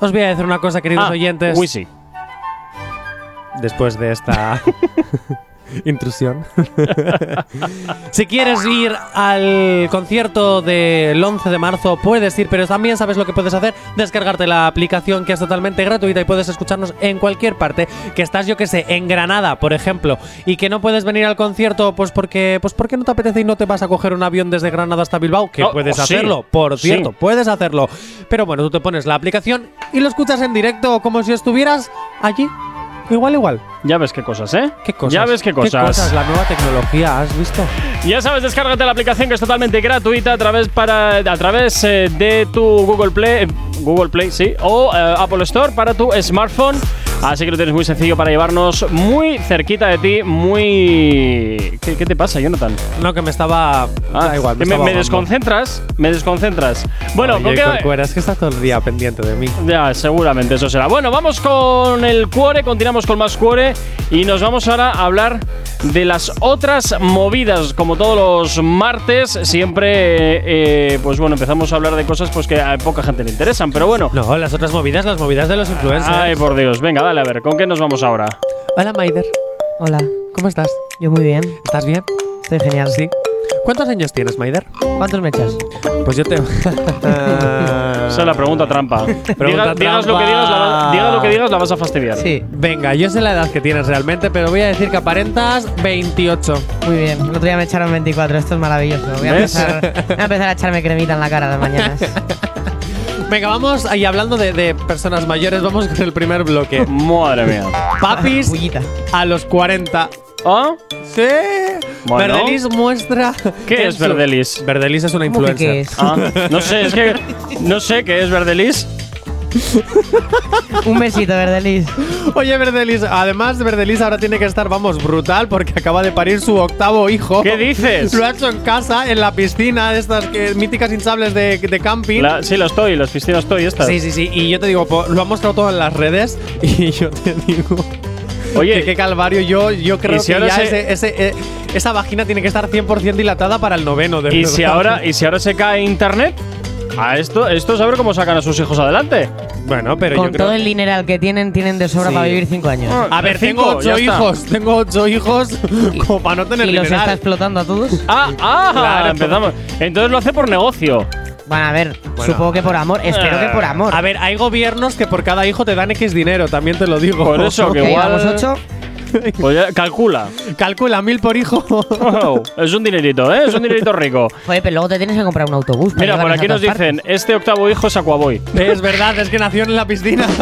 S3: os voy a decir una cosa, queridos
S2: Ah,
S3: oyentes.
S2: uy, sí.
S3: después de esta intrusión. [LAUGHS] si quieres ir al concierto del 11 de marzo, puedes ir, pero también sabes lo que puedes hacer, descargarte la aplicación que es totalmente gratuita y puedes escucharnos en cualquier parte, que estás yo que sé, en Granada, por ejemplo, y que no puedes venir al concierto pues porque pues porque no te apetece y no te vas a coger un avión desde Granada hasta Bilbao, que
S2: Oh,
S3: puedes
S2: sí,
S3: hacerlo, por
S2: sí.
S3: cierto, puedes hacerlo. Pero bueno, tú te pones la aplicación y lo escuchas en directo como si estuvieras allí. Igual, igual.
S2: Ya ves qué cosas, ¿eh?
S3: ¿Qué cosas?
S2: Ya ves qué cosas.
S3: La nueva tecnología, ¿has visto?
S2: Ya sabes, descárgate la aplicación que es totalmente gratuita a través, para, a través eh, de tu Google Play, eh, Google Play, sí, o eh, Apple Store para tu smartphone. Así que lo tienes muy sencillo para llevarnos muy cerquita de ti, muy... ¿Qué, qué te pasa, Jonathan?
S3: No, que me estaba.
S2: Ah,
S3: da igual,
S2: que me,
S3: me, estaba
S2: me
S3: ahogando.
S2: desconcentras, me desconcentras. Bueno,
S3: Oye,
S2: ¿con qué-
S3: Corcuera, es que estás todo el día pendiente de mí.
S2: Ya, seguramente eso será. Bueno, vamos con el cuore, continuamos con más cuore y nos vamos ahora a hablar de las otras movidas, como todos los martes, siempre, eh, pues bueno, empezamos a hablar de cosas pues que a poca gente le interesan, pero bueno.
S3: No, las otras movidas, las movidas de los influencers.
S2: Ay, por Dios, venga, dale, a ver, ¿con qué nos vamos ahora?
S3: Hola, Maider.
S4: Hola,
S3: ¿Cómo estás?
S4: yo muy bien.
S3: ¿Estás bien?
S4: Estoy genial.
S3: Sí. ¿Cuántos años tienes, Maider?
S4: ¿Cuántos me echas?
S2: [LAUGHS]
S3: Pues yo te.
S2: Esa es la pregunta
S3: [LAUGHS]
S2: trampa. Diga- digas, lo que digas, la, va-
S3: trampa.
S2: digas lo que digas, la vas a fastidiar.
S4: Sí,
S3: Venga, yo sé la edad que tienes realmente, pero voy a decir que aparentas 28.
S4: muy bien. El otro día me echaron 24, esto es maravilloso. Voy a,
S2: ¿Ves?
S4: empezar, voy a empezar a echarme cremita en la cara a las mañanas.
S2: [LAUGHS]
S3: Venga, vamos ahí hablando de, de personas mayores, vamos con el primer
S2: [LAUGHS]
S3: bloque.
S2: Madre
S3: [LAUGHS]
S2: mía.
S3: Papis
S4: Bullita.
S3: a los 40.
S2: ¿Ah?
S3: Sí.
S2: Bueno.
S3: Verdelis muestra.
S2: ¿Qué es
S3: su-
S2: Verdelis?
S3: Verdelis es una
S4: ¿Cómo que
S3: influencer.
S4: qué es?
S2: Ah, no sé, es que no sé qué es Verdelis.
S4: Un besito, Verdelis.
S3: Oye, Verdelis, además Verdelis ahora tiene que estar, vamos, brutal porque acaba de parir su octavo hijo.
S2: ¿Qué dices?
S3: Lo ha hecho en casa, en la piscina, de estas que, míticas hinchables de, de camping.
S2: La- sí, lo estoy, las piscinas estoy, estas.
S3: Sí, sí, sí. Y yo te digo, po- lo ha mostrado todo en las redes [LAUGHS] y yo te digo.
S2: Oye,
S3: que qué calvario. Yo, yo creo
S2: si
S3: que
S2: ahora
S3: ya
S2: se-
S3: ese- ese- eh, esa vagina tiene que estar 100% dilatada para el noveno, de
S2: ¿Y si,
S3: verdad.
S2: ahora, ¿Y si ahora se cae internet? A esto, esto es a ver cómo sacan a sus hijos adelante.
S3: Bueno, pero yo
S4: Con
S3: creo
S4: todo el dineral que tienen, tienen de sobra
S3: Sí. Ah,
S4: para vivir 5 años.
S3: A ver, tengo
S2: Cinco, ya
S3: ocho
S2: está.
S3: hijos, tengo ocho hijos como para no tener
S4: ¿Y los está
S3: dineral.
S4: explotando a todos?
S2: Ah, ah,
S3: Claro.
S2: empezamos. Entonces lo hace por negocio.
S4: Bueno, a ver, supongo que por amor. Espero que por amor.
S3: Eh, A ver, hay gobiernos que por cada hijo te dan X dinero, también te lo digo.
S2: Por eso que
S4: Ok,
S2: igual.
S4: vamos 8.
S2: Pues ya, calcula.
S3: [LAUGHS] Calcula mil
S2: [LAUGHS]
S3: por hijo.
S2: Wow, es un dinerito, ¿eh? Es un dinerito
S4: [LAUGHS]
S2: rico.
S4: Joder, pero luego te tienes que comprar un autobús. para
S2: Mira, por
S4: llevarlos
S2: aquí
S4: a
S2: nos
S4: todas partes.
S2: dicen, este octavo hijo es Aquaboy.
S3: es verdad, es que nació en la piscina. [LAUGHS]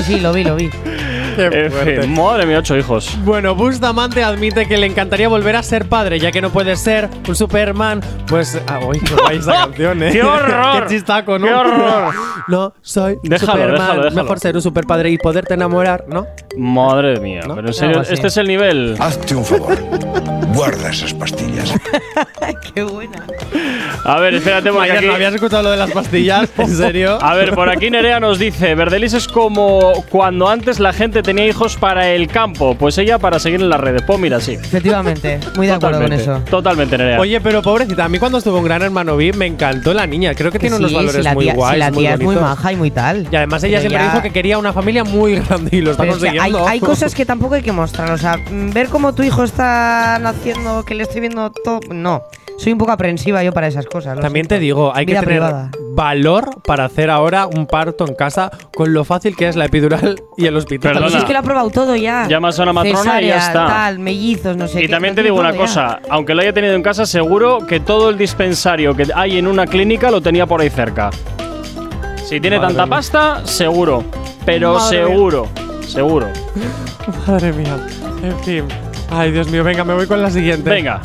S4: Sí, sí, lo vi, lo vi.
S3: Qué fuerte.
S2: Madre mía, ocho hijos.
S3: Bueno, Bustamante admite que le encantaría volver a ser padre, ya que no puede ser un Superman. Pues, ah, uy, qué guay
S2: [LAUGHS]
S3: esa canción, ¿eh?
S2: ¡Qué horror!
S3: [LAUGHS] ¡Qué chistaco, ¿no?
S2: ¡Qué horror!
S3: [LAUGHS] No, soy un
S2: Déjalo,
S3: Superman.
S2: déjalo, déjalo.
S3: Mejor ser un superpadre y poderte enamorar, ¿no?
S2: Madre mía, pero en serio,
S4: Algo así.
S2: este es el nivel.
S8: Hazte un favor. Guarda esas pastillas.
S4: Qué buena.
S2: A ver, espérate, porque
S3: Ayer
S2: aquí-
S3: no habías escuchado lo de las
S2: [LAUGHS]
S3: pastillas, ¿en serio?
S2: A ver, por aquí Nerea nos dice, Verdelis es como cuando antes la gente tenía hijos para el campo, pues ella para seguir en las redes. Pues mira, sí.
S4: Efectivamente, muy de acuerdo con
S2: Totalmente,
S4: eso.
S2: totalmente Nerea.
S3: Oye, pero pobrecita, a mí cuando estuvo en Gran Hermano VIP me encantó la niña. Creo que,
S4: Que
S3: tiene unos
S4: sí,
S3: valores
S4: si la
S3: muy
S4: tía,
S3: guays,
S4: si la
S3: muy
S4: tía es muy
S3: bonitos.
S4: maja y muy tal.
S3: Y además ella
S4: Pero
S3: siempre
S4: ya-
S3: dijo que quería una familia muy grande y lo está
S4: Pero es que hay,
S3: consiguiendo.
S4: hay cosas que tampoco hay que mostrar. O sea, mm, ver cómo tu hijo está naciendo, que le estoy viendo todo. No. Soy un poco aprensiva yo para esas cosas. lo
S3: También
S4: siento.
S3: te digo, hay
S4: Vida
S3: que tener
S4: privada.
S3: valor para hacer ahora un parto en casa con lo fácil que es la epidural y el hospital.
S2: Perdona.
S4: Pues es que lo ha probado todo ya.
S2: Llamas a una matrona y ya
S4: Cesárea,
S2: está.
S4: Tal, mellizos, no sé
S2: Y
S4: qué,
S2: también
S4: lo
S2: te digo
S4: tiene
S2: una
S4: todo ya.
S2: cosa, aunque lo haya tenido en casa, seguro que todo el dispensario que hay en una clínica lo tenía por ahí cerca. Si tiene
S3: Madre
S2: tanta
S3: mía.
S2: pasta, seguro. Pero
S3: Madre mía.
S2: seguro, seguro.
S3: [LAUGHS] Madre mía. En fin. Ay, Dios mío, venga, me voy con la siguiente.
S2: Venga,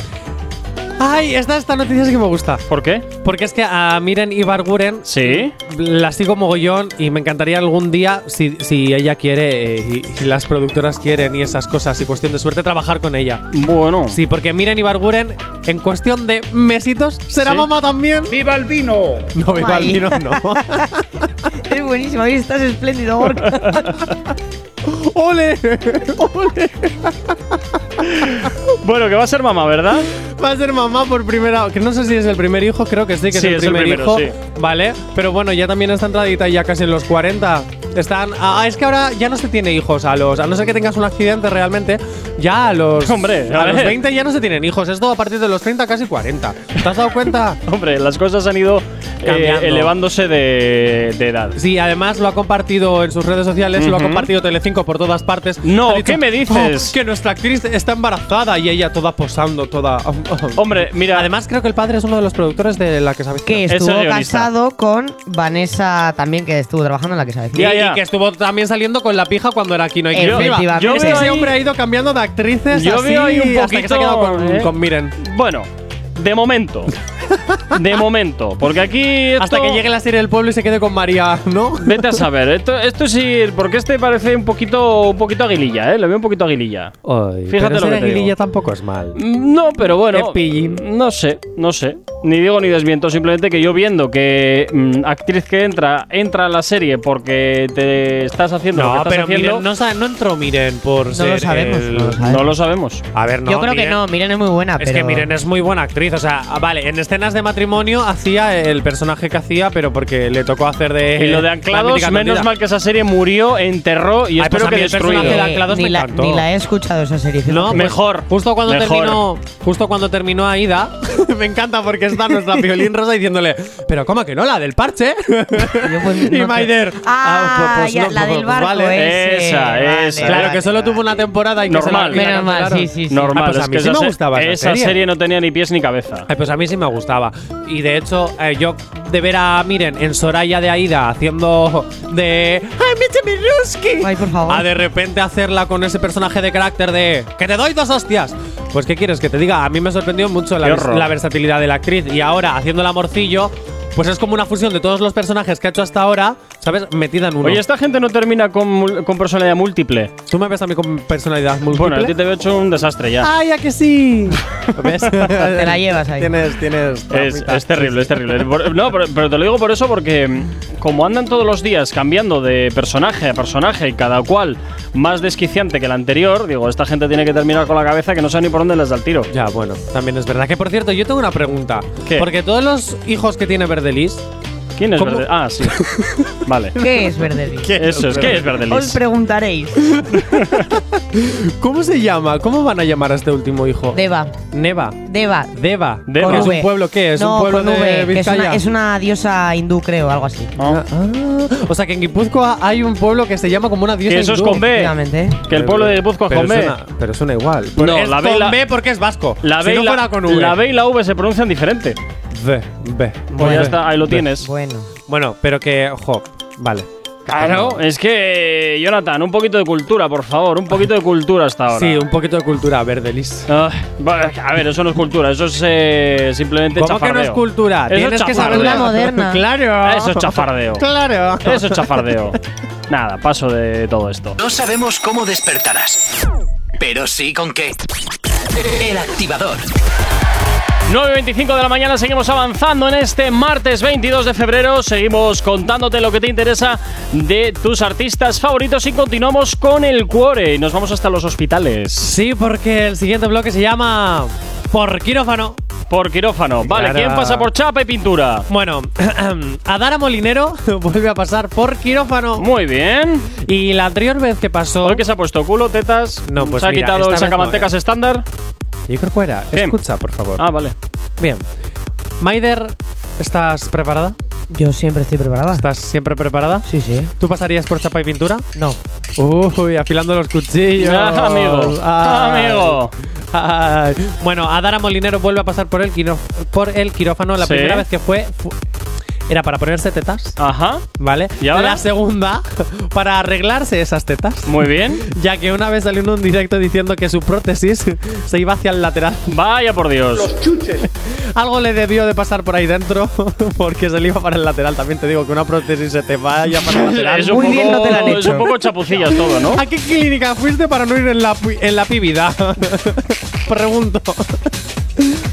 S3: Ay, esta, esta noticia sí que me gusta.
S2: ¿por qué?
S3: Porque es que a Miren Ibarguren
S2: Sí.
S3: la sigo mogollón y me encantaría algún día, si, si ella quiere eh, y, y las productoras quieren y esas cosas, y cuestión de suerte, trabajar con ella.
S2: Bueno.
S3: Sí, porque Miren Ibarguren, en cuestión de mesitos, será
S2: Sí.
S3: mamá también.
S9: ¡Viva el vino!
S3: No, viva
S4: Guay.
S3: el vino, no.
S4: [LAUGHS] Es buenísimo, ahí estás
S2: [LAUGHS]
S4: espléndido, Gorka.
S3: ¡Ole! ¡Ole!
S2: Bueno, que va a ser mamá,
S3: [LAUGHS]
S2: ¿verdad?
S3: Va a ser mamá por primera que no sé si es el primer hijo, creo que sí, que
S2: Sí,
S3: es el
S2: es el
S3: primer
S2: primero,
S3: hijo.
S2: sí.
S3: Vale, pero bueno, ya también está entradita ya casi en los 40. Están ah, es que ahora ya no se tiene hijos a los a no ser que tengas un accidente realmente, ya a los
S2: Hombre,
S3: a,
S2: a
S3: los
S2: ver.
S3: 20 ya no se tienen hijos, es todo a partir de los 30 casi 40. ¿Te has dado cuenta?
S2: Hombre, las cosas han ido eh,
S3: Cambiando.
S2: elevándose de, de edad.
S3: Sí, además lo ha compartido en sus redes sociales, lo ha
S2: Ujú.
S3: compartido Telecinco por todas partes.
S2: No,
S3: Ha
S2: ¿qué me dices?
S3: "Oh, que nuestra actriz está embarazada y ella toda posando, toda. [LAUGHS]
S2: Hombre, mira,
S3: Además, creo que el padre es uno de los productores de la que sabes
S4: Que
S2: Es
S4: estuvo
S2: el guionista.
S4: casado con Vanessa también, que estuvo trabajando en la que sabe.
S3: Y,
S2: Ya,
S3: y
S2: ya.
S3: que estuvo también saliendo con la pija cuando era aquí no hay quien viva.
S4: Efectivamente.
S2: Yo veo
S3: Ese
S2: ahí-
S3: hombre ha ido cambiando de actrices
S2: Yo
S3: así
S2: veo ahí un
S3: hasta que
S2: poquito,
S3: se ha quedado con,
S2: ¿eh?
S3: con Miren.
S2: bueno, de momento. De momento, porque aquí esto-
S3: Hasta que llegue la serie del pueblo y se quede con María, ¿no?
S2: Vete a saber, esto, esto sí, porque este parece un poquito, un poquito aguililla, ¿eh? Le veo un poquito aguililla. Fíjate pero lo ser que te aguililla digo. Mm,
S3: tampoco es mal.
S2: No, pero bueno.
S3: Qué pillín.
S2: No sé, no sé. Ni digo ni desmiento, simplemente que yo viendo que mm, actriz que entra, entra a la serie porque te estás haciendo lo que
S3: No,
S2: estás
S3: pero
S2: haciendo,
S3: Miren, no, sa- no entró Miren por
S4: No
S3: ser
S4: lo sabemos,
S3: el-
S4: no lo sabemos.
S2: no lo sabemos.
S3: A ver, no.
S4: Yo creo que
S3: Miren-
S4: no, Miren es muy buena,
S3: Es
S4: Ah, pero.
S3: que Miren es muy buena actriz, o sea, ah, vale, en escenas de matrimonio hacía el personaje que hacía, pero porque le tocó hacer de.
S2: Y lo de
S3: la
S2: Anclados,
S3: mítica
S2: menos
S3: condida.
S2: mal que esa serie murió, enterró y
S3: Eh, Ay, pues
S2: espero
S3: a mí
S2: que
S3: el personaje
S2: destruido.
S3: de la-
S4: Eh,
S3: Clados me
S4: ni, la,
S3: encantó.
S4: ni la he escuchado esa serie.
S3: No,
S4: fíjate.
S3: pues,
S2: mejor.
S3: Justo cuando
S2: Mejor.
S3: terminó, justo cuando terminó Aida, [LAUGHS] me encanta porque está nuestra piolín rosa diciéndole, pero cómo que no la del
S4: [LAUGHS]
S3: parche.
S4: pues no
S3: y
S4: sé.
S3: Maider.
S4: Ah, ya, la
S3: pues,
S4: del barco,
S3: vale.
S4: ese.
S2: Esa,
S4: Vale,
S2: esa.
S3: Claro
S4: vale,
S3: que solo
S4: vale.
S3: tuvo una temporada y que se
S2: Normal.
S3: la- y la
S4: Menos mal,
S3: cancelaron.
S4: sí, sí, sí.
S2: Normal,
S3: Ah, pues
S2: es
S3: a mí
S2: que
S3: sí
S2: esa,
S3: me
S2: se-
S3: gustaba esa
S2: esa
S3: serie.
S2: serie no tenía ni pies ni cabeza.
S3: Ay, pues a mí sí me gustaba. Y de hecho, eh, yo de ver a Miren en Soraya de Aida haciendo de. ¡Ay, Michemi Ruski!
S4: Ay, por favor.
S3: A de repente hacerla con ese personaje de carácter de. ¡Que te doy dos hostias! Pues, ¿qué quieres que te diga? A mí me sorprendió mucho la,
S2: Qué
S3: vers-
S2: horror.
S3: la versatilidad de la actriz. Y ahora, haciendo la morcillo, pues es como una fusión de todos los personajes que ha hecho hasta ahora, ¿sabes? Metida en uno.
S2: Oye, esta gente no termina con, mul- con personalidad múltiple.
S3: ¿Tú me ves a mí con personalidad muy
S2: Bueno, a ti te veo hecho un desastre ya.
S3: ¡Ay, a que sí! [LAUGHS] ¿Ves? te
S4: la llevas ahí.
S3: Tienes, tienes.
S2: Es,
S3: trampita.
S2: es terrible, es terrible. Por- No, pero, pero te lo digo por eso, porque mm, como andan todos los días cambiando de personaje a personaje, y cada cual más desquiciante que el anterior, digo, esta gente tiene que terminar con la cabeza que no sabe ni por dónde les da el tiro.
S3: Ya, bueno, también es verdad. Que por cierto, yo tengo una pregunta.
S2: ¿Qué?
S3: Porque todos los hijos que tiene Verdelis.
S2: ¿Quién es
S3: ¿Cómo?
S2: Verde? Ah,
S3: [LAUGHS]
S2: sí. vale.
S4: ¿Qué es Verdelis?
S2: Eso es, ¿qué es
S4: Os
S2: Verdelis?
S4: preguntaréis.
S3: ¿Cómo se llama? ¿Cómo van a llamar a este último hijo?
S4: Deva.
S3: Neva.
S4: Deva.
S3: Deva.
S2: Deva.
S3: ¿Que ¿Es
S4: V.
S3: un pueblo qué? ¿Es
S4: No,
S3: un pueblo
S4: con
S3: de
S4: V, que es,
S3: Vizcaya?
S4: una, es una diosa hindú, creo, algo así.
S2: No.
S3: Ah, o sea que en Guipúzcoa hay un pueblo que se llama como una diosa.
S2: Que eso es
S3: hindú.
S2: con B.
S4: Efectivamente.
S2: Que el pueblo de Guipúzcoa es
S3: Pero
S2: con B.
S3: suena- Pero suena igual.
S2: No,
S3: Pero es
S2: la B y
S3: con
S2: la-
S3: B porque es vasco.
S2: La B,
S3: si
S2: y
S3: no
S2: la,
S3: fuera con V.
S2: la B y la V se pronuncian diferente.
S3: V. B.
S2: Pues
S4: Bueno.
S2: ya está, ahí lo tienes.
S4: Bueno.
S3: Bueno, pero que, ojo, vale.
S2: Claro, es que, Jonathan, un poquito de cultura, por favor, un poquito de cultura hasta ahora.
S3: Sí, un poquito de cultura verde, Liz.
S2: Ah, vale, a ver, eso no es cultura, eso es eh, simplemente
S3: ¿Cómo que no es
S2: chafardeo.
S3: cultura?
S2: Eso es
S3: Tienes que saber
S2: chafardeo.
S4: Cultura moderna.
S3: Claro.
S2: Eso es chafardeo.
S3: Claro.
S2: Eso es chafardeo. Nada, paso de todo esto.
S1: No sabemos cómo despertarás, pero sí con qué. El activador.
S2: 9.25 de la mañana, seguimos avanzando en este martes 22 de febrero. Seguimos contándote lo que te interesa de tus artistas favoritos y continuamos con el cuore. Y nos vamos hasta los hospitales.
S3: Sí, porque el siguiente bloque se llama Por quirófano.
S2: Por quirófano. Vale,
S3: Claro.
S2: ¿quién pasa por chapa y pintura?
S3: Bueno, [CLEARS THROAT] Adara Molinero [LAUGHS] vuelve a pasar por quirófano.
S2: Muy bien.
S3: Y la anterior vez que pasó.
S2: Hoy que se ha puesto culo, tetas.
S3: No, pues
S2: se ha
S3: mira,
S2: quitado
S3: esta
S2: el
S3: vez no,
S2: sacamantecas estándar.
S3: Yo creo que era.
S2: Bien.
S3: Escucha, por favor.
S2: Ah, vale.
S3: Bien. Maider, ¿estás preparada?
S4: Yo siempre estoy preparada.
S3: ¿Estás siempre preparada?
S4: Sí, sí.
S3: ¿Tú pasarías por chapa y pintura?
S4: No.
S3: Uy, afilando los cuchillos.
S2: Ah, amigo. Ah,
S3: Ay.
S2: amigo.
S3: Ay. Bueno, Adara Molinero vuelve a pasar por el, quiró- por el quirófano. La
S2: Sí.
S3: primera vez que fue, fu- era para ponerse tetas,
S2: Ajá.
S3: ¿vale?
S2: ¿Y ahora?
S3: La segunda, [LAUGHS] para arreglarse esas tetas.
S2: Muy bien.
S3: Ya que una vez salió en un directo diciendo que su prótesis [LAUGHS] se iba hacia el lateral.
S2: Vaya por Dios.
S3: Algo le debió de pasar por ahí dentro [LAUGHS] porque se le iba para el lateral. También te digo que una prótesis se te vaya para el lateral.
S2: Es un
S4: Muy bien,
S2: poco-
S4: no te la han
S2: Es un
S4: hecho.
S2: poco chapucillas todo, ¿no?
S3: [LAUGHS] ¿A qué clínica fuiste para no ir en la, pi- en la pibida? [LAUGHS] Pregunto.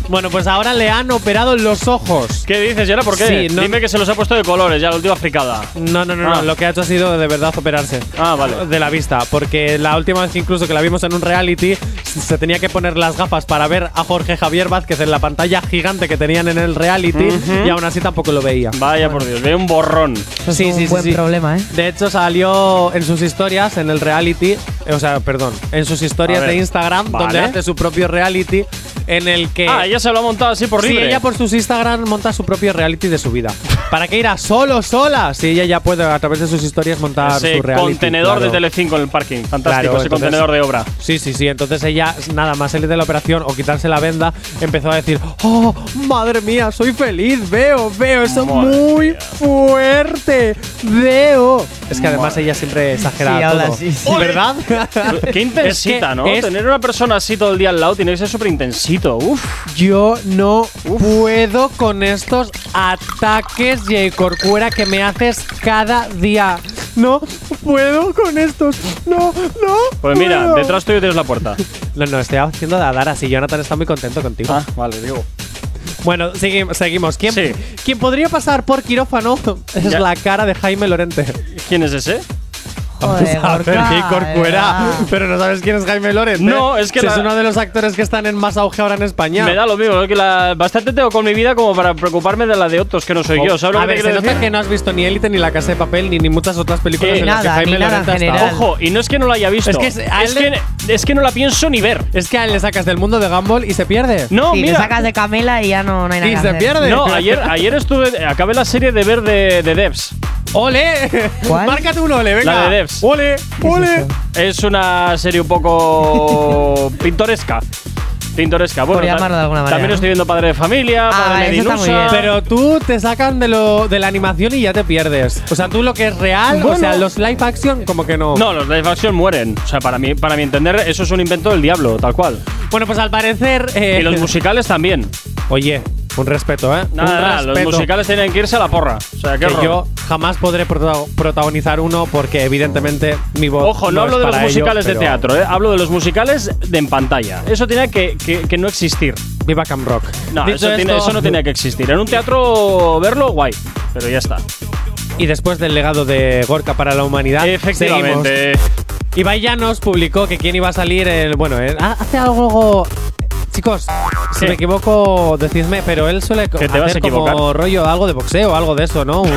S3: Bueno, pues ahora le han operado los ojos.
S2: ¿Qué dices, Yara? ¿Por qué?
S3: Sí, no-
S2: Dime que se los ha puesto de colores, ya la última fricada.
S3: No, no, no, no,
S2: Ah.
S3: lo que ha hecho ha sido de verdad operarse.
S2: Ah, vale.
S3: De la vista, porque la última vez incluso que la vimos en un reality se tenía que poner las gafas para ver a Jorge Javier Vázquez en la pantalla gigante que tenían en el reality y aún así tampoco lo veía.
S2: Vaya por Dios, veo un borrón.
S4: Eso es un buen problema, ¿eh?
S3: De hecho, salió en sus historias en el reality, eh, o sea, perdón, en sus historias
S2: A ver.
S3: de Instagram, donde
S2: Vale.
S3: hace su propio reality, en el que.
S2: Ah, ella se lo ha montado así por
S3: Eh. Sí,
S2: libre.
S3: ella por sus Instagram monta su propio reality de su vida. ¿Para qué irá solo, sola? Si ella ya puede a través de sus historias montar
S2: Ese
S3: su reality.
S2: contenedor
S3: claro.
S2: de Telecinco en el parking. Fantástico,
S3: Claro,
S2: ese
S3: entonces-
S2: contenedor de obra.
S3: Sí, sí, sí. Entonces ella, nada más salir de la operación o quitarse la venda, empezó a decir: ¡Oh, madre mía, soy feliz! ¡Veo, veo! ¡Eso es
S2: Madre
S3: muy
S2: mía.
S3: fuerte! ¡Veo! Es que además ella siempre exagera
S4: Sí, habla
S3: todo.
S4: así, sí.
S3: ¿Verdad?
S2: [LAUGHS]
S4: [LAUGHS]
S2: Qué intensita,
S3: Es que
S2: ¿no?
S3: es-
S2: Tener una persona así todo el día al lado tiene que ser súper intensito. Uf.
S3: Yo no puedo con estos ataques de corcuera que me haces cada día. No puedo con estos. No, no.
S2: Pues mira,
S3: puedo.
S2: detrás tuyo tienes la puerta.
S3: No, no, estoy haciendo de Adara. Si Jonathan está muy contento contigo.
S2: Ah, vale, digo.
S3: Bueno, segui- seguimos. ¿Quién,
S2: Sí.
S3: quién podría pasar por quirófano es
S2: Ya.
S3: la cara de Jaime Lorente.
S2: ¿Quién es ese?
S4: Joder,
S3: A ver,
S4: Gorka,
S3: qué corcuera.
S4: de verdad.
S3: Pero no sabes quién es Jaime Lorente.
S2: No, es que
S3: Si
S2: la-
S3: es uno de los actores que están en más auge ahora en España.
S2: Me da lo mismo, es que la- bastante tengo con mi vida como para preocuparme de la de otros que no
S4: Oh.
S2: soy yo. ¿Sabes lo
S3: Oh,
S2: que
S3: a
S2: te
S3: ver, se
S2: quiero
S3: nota
S2: decir?
S3: que no has visto ni Élite, ni La Casa de Papel, ni, ni muchas otras películas
S2: Eh,
S3: en las que
S4: nada,
S3: Jaime
S4: ni nada
S3: Lorente
S4: en
S3: ha estado.
S4: general.
S2: Ojo, y no es que no la haya visto.
S3: Es que se- a
S2: es
S3: él
S2: que, es que no la pienso ni ver.
S3: Es que a él le sacas del mundo de Gumball y se pierde.
S2: No,
S4: Sí, le
S2: mira.
S4: sacas de Camela y ya no, no hay nada.
S3: y
S4: que
S3: se
S4: hacer.
S3: pierde.
S2: No, ayer, ayer estuve. Acabé la serie de ver de, de Devs.
S3: ¡Ole!
S4: ¿Cuál?
S3: Márcate un ole, venga.
S2: La de Devs.
S3: ¡Ole! ¡Ole!
S4: eso?
S2: Es una serie un poco
S4: [LAUGHS]
S2: pintoresca. Pintoresca, bueno.
S4: Por
S2: ta-
S4: llamarlo de alguna manera,
S2: También
S4: ¿no?
S2: estoy viendo Padre de Familia,
S4: Ah,
S2: Padre
S4: vale, eso está muy
S2: Medinusa.
S4: bien.
S3: Pero tú te sacan de, lo, de la animación y ya te pierdes. O sea, tú lo que es real, o
S2: Bueno.
S3: sea, los live action, como que no.
S2: No, los live action mueren. O sea, para mí, para mi entender, eso es un invento del diablo, tal cual.
S3: Bueno, pues al parecer. eh,
S2: Y los musicales también.
S3: Oye, un respeto, ¿eh?
S2: Nada,
S3: un
S2: nada, los
S3: respeto.
S2: musicales tienen que irse a la porra. O sea, qué
S3: que
S2: horror.
S3: yo jamás podré prota- protagonizar uno porque evidentemente mi voz
S2: Ojo, no, hablo
S3: es
S2: de los
S3: para ello,
S2: musicales de
S3: pero
S2: teatro, ¿eh? hablo de los musicales de en pantalla. Eso tiene que, que- que no existir.
S3: Viva Cam Rock.
S2: No,
S3: Dicho
S2: eso, tiene-
S3: esto-
S2: eso no tiene que existir. En un teatro verlo, guay. Pero ya está.
S3: Y después del legado de Gorka para la humanidad, seguimos.
S2: Efectivamente.
S3: Ibai Llanos publicó que quién iba a salir el bueno, él ha- hace algo Chicos, si
S2: ¿Qué?
S3: me equivoco, decidme, pero él suele
S2: Que te vas
S3: hacer
S2: a equivocar.
S3: como rollo algo de boxeo, algo de eso, ¿no? Un-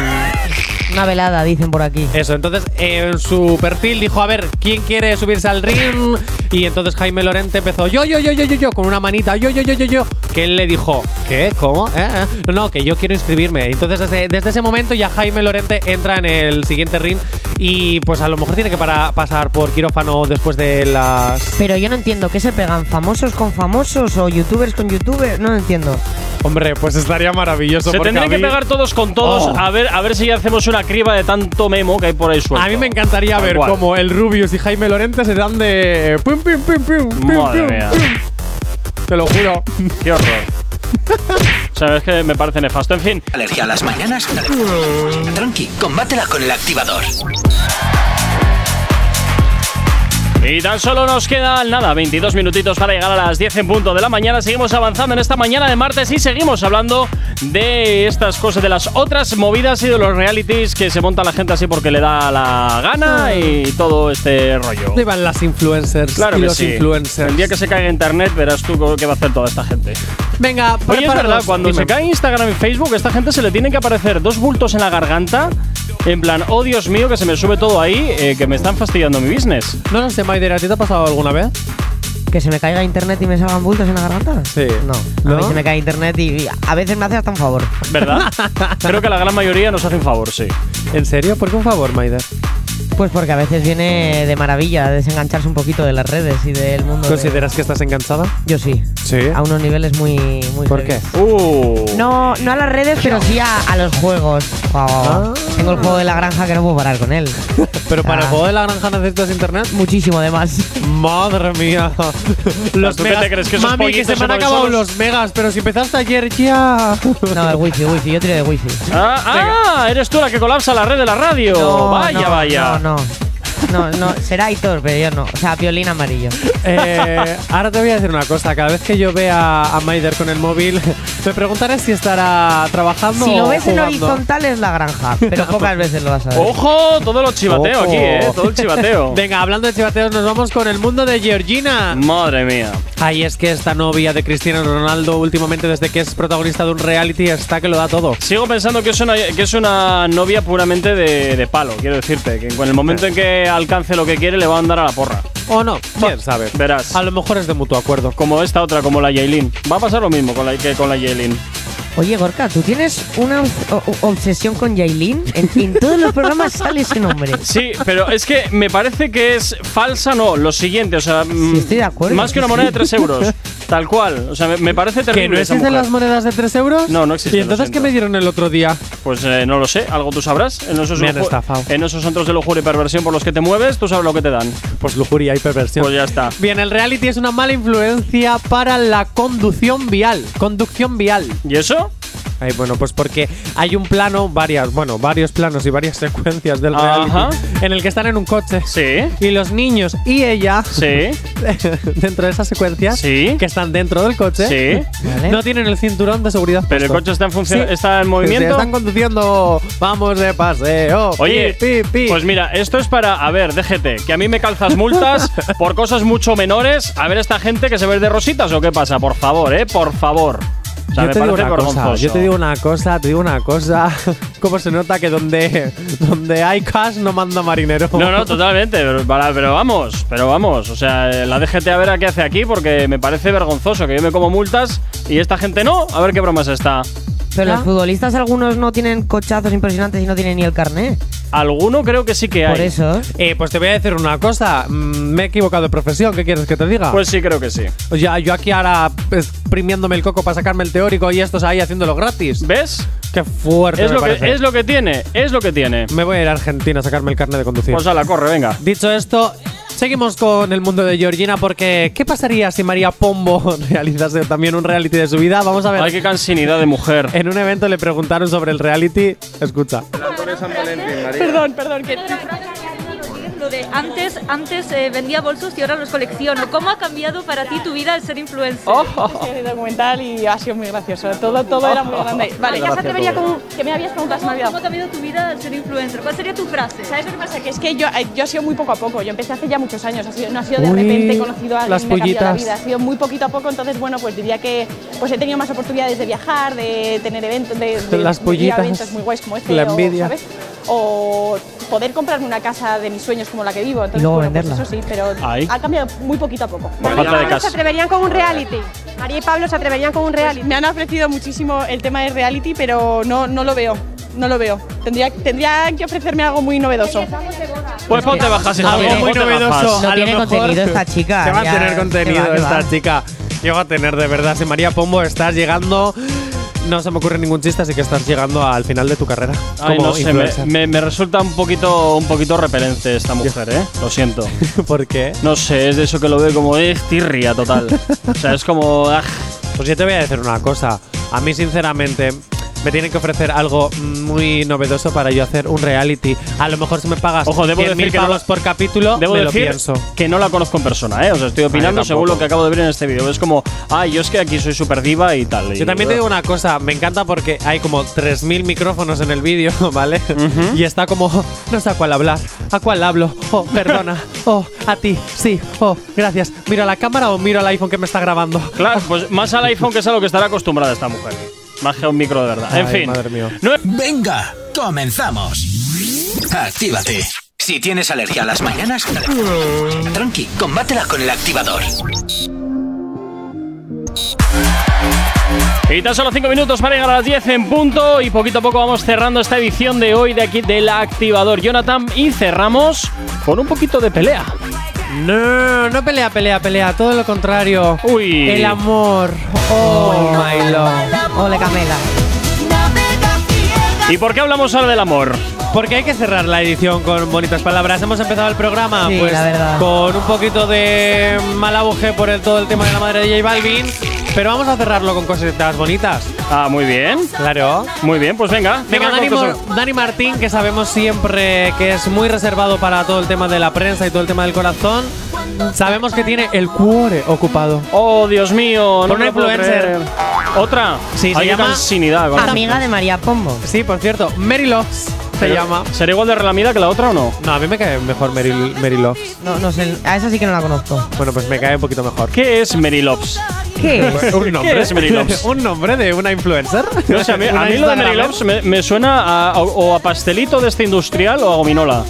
S4: Una velada, dicen por aquí.
S3: Eso, entonces en su perfil dijo, a ver, ¿quién quiere subirse al ring? Y entonces Jaime Lorente empezó, yo, yo, yo, yo, yo, yo, con una manita, yo, yo, yo, yo, yo. que él le dijo, ¿qué? ¿Cómo? ¿Eh? ¿Eh? No, no, que yo quiero inscribirme. Entonces, desde, desde ese momento ya Jaime Lorente entra en el siguiente ring y pues a lo mejor tiene que para- pasar por quirófano después de las...
S4: Pero yo no entiendo, ¿qué se pegan? ¿Famosos con famosos o youtubers con youtubers? No lo entiendo.
S3: Hombre, pues estaría maravilloso.
S2: Se
S3: porque
S2: tendrían
S3: a
S2: que
S3: mí-
S2: pegar todos con todos.
S3: Oh.
S2: A ver, a ver si hacemos una criba de tanto memo que hay por ahí suelto.
S3: A mí me encantaría
S2: Tal
S3: ver
S2: cual.
S3: cómo el Rubius y Jaime Lorente se dan de. pum, pum, pum, pum, pum,
S2: Madre
S3: pum,
S2: mía.
S3: pum. Te lo juro.
S2: Qué horror. [LAUGHS] Sabes que me parece nefasto. En fin,
S1: Alergia a las mañanas. Dale. Tranqui, combátela con el activador.
S2: Y tan solo nos quedan nada, 22 minutitos para llegar a las 10 en punto de la mañana. Seguimos avanzando en esta mañana de martes y seguimos hablando de estas cosas, de las otras movidas y de los realities que se monta la gente así porque le da la gana y todo este rollo.
S3: ¿Dónde van las influencers
S2: Claro
S3: y
S2: que
S3: los
S2: sí.
S3: influencers?
S2: El día que se caiga internet verás tú qué va a hacer toda esta gente.
S3: Venga,
S2: Oye, es verdad,
S3: prepáranos.
S2: cuando se
S3: Dime.
S2: cae Instagram y Facebook, a esta gente se le tienen que aparecer dos bultos en la garganta. En plan, oh Dios mío, que se me sube todo ahí, eh, que me están fastidiando mi business.
S3: No lo sé, Maider, ¿a ti te ha pasado alguna vez?
S4: ¿Que se me caiga internet y me salgan bultos en la garganta?
S3: Sí.
S4: No, a
S3: ¿No?
S4: mí se me cae internet y y a veces me hace hasta un favor. [LAUGHS]
S2: ¿Verdad? Creo que la gran mayoría nos hace un favor, sí.
S3: ¿En serio? ¿Por qué un favor, Maider?
S4: Pues porque a veces viene de maravilla desengancharse un poquito de las redes y del mundo. de-
S3: ¿Consideras que estás enganchada? Ah,
S4: Yo sí.
S3: Pues Sí.
S4: A unos niveles muy. muy
S3: ¿Por
S4: heavy.
S3: qué?
S2: Uh.
S4: No, no a las redes, pero sí a, a los juegos. Guau, guau, guau.
S3: Ah.
S4: Tengo el juego de la granja que no puedo parar
S3: [LAUGHS]
S4: con él.
S3: ¿Pero para el
S4: Ah.
S3: juego de la granja necesitas internet?
S4: Muchísimo,
S3: [LAUGHS]
S4: además.
S3: Madre mía.
S2: ¿Tú qué te crees, que esos
S3: Mami, que
S2: pollitos
S3: se me
S2: se
S3: han
S2: ponen
S3: acabado
S2: solos?
S3: los megas, pero si empezaste ayer ya.
S4: No, el wifi, wifi. Yo tiré de wifi.
S2: Ah, ah, eres tú la que colapsa la red de la radio.
S4: No,
S2: vaya,
S4: no,
S2: vaya.
S4: No, no. No, no, será Hitor, pero yo no. O sea, violín amarillo.
S3: [LAUGHS] Eh, ahora te voy a decir una cosa. Cada vez que yo vea a Maider con el móvil, [LAUGHS] me preguntaré si estará trabajando
S4: si
S3: o
S4: lo ves
S3: jugando.
S4: en horizontal es la granja, pero pocas veces lo vas a ver.
S2: Oh. Ojo, todo lo chivateo
S3: Ojo.
S2: aquí, eh. Todo el chivateo.
S3: [LAUGHS]
S4: [LAUGHS]
S3: Venga, hablando de chivateos, nos vamos con el mundo de Georgina.
S2: Madre mía.
S3: Ay, es que esta novia de Cristiano Ronaldo últimamente, desde que es protagonista de un reality, está que lo da todo.
S2: Sigo pensando que es una, que es una novia puramente de, de palo, quiero decirte. Que en el momento en que alcance lo que quiere, le va a andar a la porra.
S3: ¿O no? ¿Quién sabe?
S2: Verás.
S3: A lo mejor es de mutuo acuerdo.
S2: Como esta otra, como la Yailin. Va a pasar lo mismo con la, que con la Yailin.
S4: Oye, Gorka, ¿tú tienes una obs- o- o- obsesión con Yailin? En, en todos los programas sale ese nombre.
S2: Sí, pero es que me parece que es falsa, no, lo siguiente, o sea, mm,
S4: estoy de acuerdo.
S2: más que una moneda de 3
S3: [LAUGHS]
S2: euros, tal cual, o sea, me, me parece terrible.
S3: ¿Que no
S2: esa
S3: existen
S2: mujer.
S3: las monedas de 3 euros?
S2: No, no existe,
S3: ¿Y
S2: lo
S3: entonces qué
S2: siento.
S3: me dieron el otro día?
S2: Pues eh, no lo sé, algo tú sabrás. En esos,
S3: Me han
S2: luju-
S3: estafado.
S2: en esos centros de lujuria y perversión por los que te mueves, tú sabes lo que te dan.
S3: Pues lujuria y perversión.
S2: Pues ya está.
S3: Bien, el reality es una mala influencia para la conducción vial. Conducción vial.
S2: ¿Y eso?
S3: Ay, bueno, pues porque hay un plano, varias, bueno, varios planos y varias secuencias del reality
S2: Ajá.
S3: en el que están en un coche.
S2: Sí,
S3: Y los niños y ella, [LAUGHS]
S2: sí,
S3: dentro de esas secuencias,
S2: Sí.
S3: que están dentro del coche,
S2: sí.
S4: ¿Vale?
S3: no tienen el cinturón de seguridad.
S2: Pero el
S3: puesto.
S2: coche está en función,
S3: Sí. Pues
S2: está en
S3: Se
S2: movimiento.
S3: están conduciendo, vamos de paseo.
S2: Oye,
S3: pi, pi, pi.
S2: pues mira, esto es para, a ver, déjete, que a mí me calzas
S3: [LAUGHS]
S2: multas por cosas mucho menores. A ver, esta gente que se ve de rositas o qué pasa, por favor, eh, por favor. O sea,
S3: yo
S2: me
S3: te digo
S2: parece
S3: una cosa,
S2: vergonzoso.
S3: yo te digo una cosa, te digo una cosa. [LAUGHS] ¿Cómo se nota que donde, donde hay cash no manda marinero?
S2: No, no, totalmente, pero, para- pero vamos, pero vamos. O sea, eh, la DGT a ver a qué hace aquí porque me parece vergonzoso que yo me como multas y esta gente no. A ver qué bromas está.
S4: Pero los futbolistas algunos no tienen cochazos impresionantes y no tienen ni el carné.
S2: Alguno creo que sí que hay.
S4: Por eso.
S3: Eh, pues te voy a decir una cosa. mm, Me he equivocado de profesión. ¿Qué quieres que te diga?
S2: Pues sí, creo que sí.
S3: ya, yo aquí ahora exprimiéndome el coco para sacarme el teórico y estos ahí haciéndolo gratis.
S2: ¿Ves?
S3: Qué fuerte.
S2: Es
S3: me
S2: lo, que,
S3: parece.
S2: es lo que tiene, es lo que tiene.
S3: Me voy a ir a Argentina a sacarme el carnet de conducir.
S2: Pues a la corre, venga.
S3: Dicho esto, seguimos con el mundo de Georgina porque ¿qué pasaría si María Pombo [LAUGHS] realizase también un reality de su vida? Vamos a ver.
S2: Ay, qué cansinidad de mujer.
S3: En un evento le preguntaron sobre el reality. Escucha.
S6: Perdón, perdón, que. Lo de antes, antes eh, vendía bolsos y ahora los colecciono. ¿Cómo ha cambiado para ti tu vida al ser influencer?
S9: el documental y ha sido muy gracioso. Todo, todo era muy grande. Vale, ya te vería como que me habías preguntado se me había
S6: ¿Cómo ha cambiado tu vida al ser influencer? ¿Cuál sería tu frase?
S9: ¿Sabes lo que pasa? Que es que yo, eh, yo ha sido muy poco a poco. Yo empecé hace ya muchos años. Ha sido- no ha sido de
S3: Uy,
S9: repente he conocido a alguien
S3: las
S9: y me ha cambiado la
S3: pollitas.
S9: vida. Ha sido muy poquito a poco. Entonces, bueno, pues diría que pues he tenido más oportunidades de viajar, de tener eventos, de, de-
S3: Las
S9: de ir a
S3: pollitas,
S9: eventos muy guays como este.
S3: la
S9: o,
S3: envidia.
S9: ¿sabes? O poder comprarme una casa de mis sueños como la que vivo. Entonces,
S4: luego
S9: bueno, pues
S4: venderla.
S9: eso sí, pero
S2: Ay.
S9: ha cambiado muy poquito a poco.
S2: Por falta de casa.
S9: atreverían con un reality?
S10: María y Pablo se atreverían con un
S9: Pues
S10: reality.
S9: me han ofrecido muchísimo el tema de reality, pero no, no lo veo. No lo veo. Tendría, tendrían que ofrecerme algo muy novedoso.
S2: Pues ponte bajas, Javier.
S3: muy
S2: ponte bajas.
S3: novedoso.
S4: No
S3: a lo
S4: tiene
S3: mejor
S4: contenido esta chica,
S3: Se va a
S4: ya,
S3: tener
S4: qué va,
S3: contenido
S4: qué
S3: esta
S4: va.
S3: chica. ¿Qué va a tener de verdad? Si María Pombo estás llegando. No se me ocurre ningún chiste, así que estás llegando al final de tu carrera.
S2: Ay,
S3: como
S2: no sé, me,
S3: influencer.
S2: me- me resulta un poquito, un poquito repelente esta mujer, ¿eh? Lo siento.
S3: [LAUGHS] ¿Por qué?
S2: No sé, es de eso que lo veo como es tirria total. O sea, es como. ah,
S3: Pues yo te voy a decir una cosa. A mí, sinceramente, me tienen que ofrecer algo muy novedoso para yo hacer un reality. A lo mejor si me pagas
S2: Ojo, debo
S3: 100.000
S2: decir que no
S3: pavos
S2: lo-
S3: por capítulo,
S2: Debo
S3: me
S2: decir
S3: lo pienso.
S2: que no la conozco en persona, ¿eh? O sea, estoy opinando
S3: tampoco.
S2: según lo que acabo de ver en este vídeo. Es como, ay, yo es que aquí soy super diva y tal. Y-
S3: Yo también te digo una cosa, me encanta porque hay como 3.000 micrófonos en el vídeo, [LAUGHS] ¿vale? Y está como, "Oh, no sé a cuál hablar, a cuál hablo, oh, perdona, oh, a ti, sí, oh, gracias. ¿Miro a la cámara o miro al iPhone que me está grabando?
S2: [LAUGHS] Claro, pues más al iPhone que es a lo que estará acostumbrada esta mujer. Más que a un micro de verdad. en
S3: Ay,
S2: fin.
S3: madre mía.
S2: Nue-
S1: Venga, comenzamos. Actívate. Si tienes alergia a las mañanas, tranqui, combátela con el activador.
S2: Y tan solo 5 minutos para llegar a las 10 en punto y poquito a poco vamos cerrando esta edición de hoy de aquí del activador Jonathan y cerramos con un poquito de pelea.
S3: No, no pelea, pelea, pelea, todo lo contrario.
S2: Uy.
S3: El amor, oh, my love.
S4: Ole, Camela.
S2: ¿Y por qué hablamos ahora del amor?
S3: Porque hay que cerrar la edición con bonitas palabras. Hemos empezado el programa
S4: Sí,
S3: pues,
S4: la verdad.
S3: con un poquito de mal auge por el, todo el tema de la madre de J Balvin, pero vamos a cerrarlo con cositas bonitas.
S2: Ah, muy bien.
S3: Claro.
S2: Muy bien, pues venga.
S3: Venga,
S2: con
S3: Dani,
S2: cosas.
S3: Mor- Dani Martín, que sabemos siempre que es muy reservado para todo el tema de la prensa y todo el tema del corazón, sabemos que tiene el cuore ocupado.
S2: Oh, Dios mío. No
S3: Por
S2: me
S3: una
S2: lo puedo
S3: influencer.
S2: creer. Otra.
S3: Sí, se
S2: Hay
S3: llama-
S2: cansinidad, vamos.
S4: Amiga de María Pombo.
S3: Sí, por cierto, Mary Loves se
S2: Pero,
S3: llama.
S2: ¿Será igual de relamida que la otra o no?
S3: No, a mí me cae mejor Mary, Mary Loves.
S4: No, no sé, a esa sí que no la conozco.
S3: Bueno, pues me cae un poquito mejor.
S2: ¿Qué es Mary
S3: [LAUGHS]
S2: Lopes?
S4: ¿Qué?
S3: un nombre.
S2: es Mary Loves?
S3: [LAUGHS] un nombre de una influencer.
S2: No sé, a mí, a
S3: Una
S2: mí lo de Mary
S3: Instagramer.
S2: Lopes me, me suena a, o, o a pastelito de este industrial o a gominola.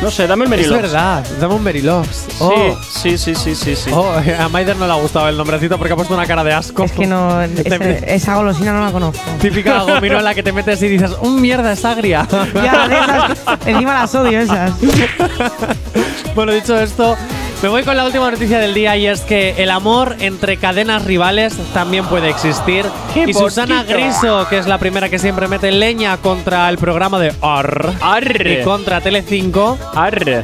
S2: No sé, dame el Mary
S3: Es
S2: Lopes.
S3: verdad, dame un Mary Loves. Oh.
S2: Sí, sí, sí, sí, sí. sí.
S3: Oh, [LAUGHS] a Maider no le ha gustado el nombrecito porque ha puesto una cara de asco.
S4: Es que
S3: [LAUGHS]
S4: no,
S3: Tem-
S4: ese- esa golosina no la conozco.
S3: Típica gominola que te metes y dices, ¡un mierda, es agria!
S4: Ya, de esas, encima las odio esas.
S3: [LAUGHS] bueno, dicho esto, me voy con la última noticia del día y es que el amor entre cadenas rivales también puede existir.
S2: ¡Qué
S3: Y Susana
S2: bonito!
S3: Griso, que es la primera que siempre mete leña contra el programa de Ar
S2: Arre.
S3: y contra Telecinco,
S2: Arre.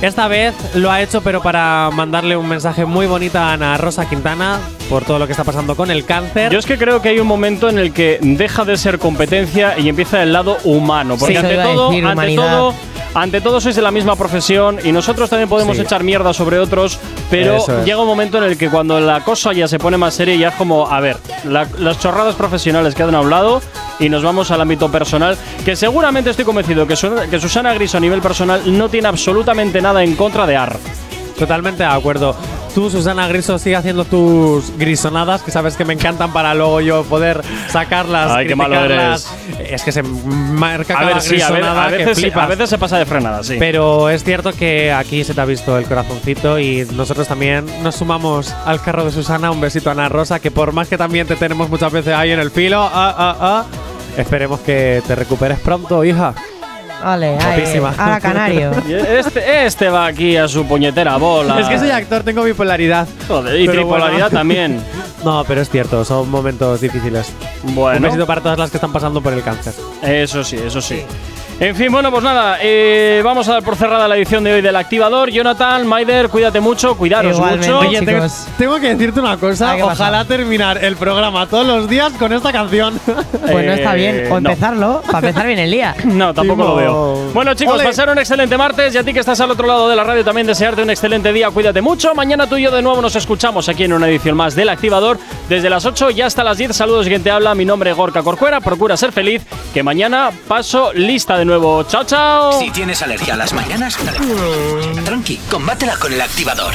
S3: Esta vez lo ha hecho, pero para mandarle un mensaje muy bonito a Ana Rosa Quintana por todo lo que está pasando con el cáncer.
S2: Yo es que creo que hay un momento en el que deja de ser competencia y empieza el lado humano. Porque
S4: Sí, eso
S2: ante,
S4: iba a
S2: todo,
S4: decir,
S2: ante
S4: humanidad.
S2: todo, ante todo sois de la misma profesión y nosotros también podemos
S3: Sí.
S2: echar mierda sobre otros, pero
S3: Eso es.
S2: llega un momento en el que cuando la cosa ya se pone más seria, ya es como, a ver, la- las chorradas profesionales quedan a un lado y nos vamos al ámbito personal, que seguramente estoy convencido que, su- que Susana Griso a nivel personal no tiene absolutamente nada en contra de AR.
S3: Totalmente de acuerdo. Tú, Susana Griso, sigue haciendo tus grisonadas, que sabes que me encantan para luego yo poder sacarlas.
S2: Ay, qué malo
S3: criticarlas. Es que se marca
S2: A
S3: cada
S2: ver, sí, a, ver,
S3: grisonada
S2: a,
S3: que
S2: veces, se-
S3: flipas.
S2: a veces se pasa de frenada, sí.
S3: Pero es cierto que aquí se te ha visto el corazoncito y nosotros también nos sumamos al carro de Susana. Un besito a Ana Rosa, que por más que también te tenemos muchas veces ahí en el filo, ah, ah, ah, esperemos que te recuperes pronto, hija.
S4: Vale, ahí.
S3: Guapísima.
S4: Ahora canario.
S2: Y Este, este va aquí a su puñetera bola.
S3: Es que soy actor, tengo bipolaridad.
S2: Joder, y
S3: Pero
S2: tripolaridad
S3: bueno. [LAUGHS]
S2: también.
S3: No, pero es cierto, son momentos difíciles. Un besito
S2: Bueno,
S3: para todas las que están pasando por el cáncer.
S2: eso sí, eso sí. En fin, bueno, pues nada, eh, vamos a dar por cerrada la edición de hoy del Activador. Jonathan, Maider, cuídate mucho, cuidaros
S4: Igualmente,
S2: mucho.
S4: Oye,
S3: Tengo,
S4: Chicos.
S3: tengo que decirte una cosa,
S4: Ah, ¿qué pasa?
S3: ojalá terminar el programa todos los días con esta canción. [LAUGHS]
S4: Pues no está bien. O
S2: no.
S4: empezarlo, para empezar bien el día.
S2: [COUGHS] No, tampoco lo veo.
S3: Timón.
S2: Bueno, chicos,
S3: Ole.
S2: pasar un excelente martes y a ti que estás al otro lado de la radio también desearte un excelente día. Cuídate mucho. Mañana tú y yo de nuevo nos escuchamos aquí en una edición más del Activador. Desde las 8 y hasta las 10. Saludos, quien te habla. Mi nombre es Gorka Corcuera. Procura ser feliz. Que mañana paso lista de nuevo. Chao, chao.
S1: Si tienes alergia a las mañanas, tranqui, combátela con el activador.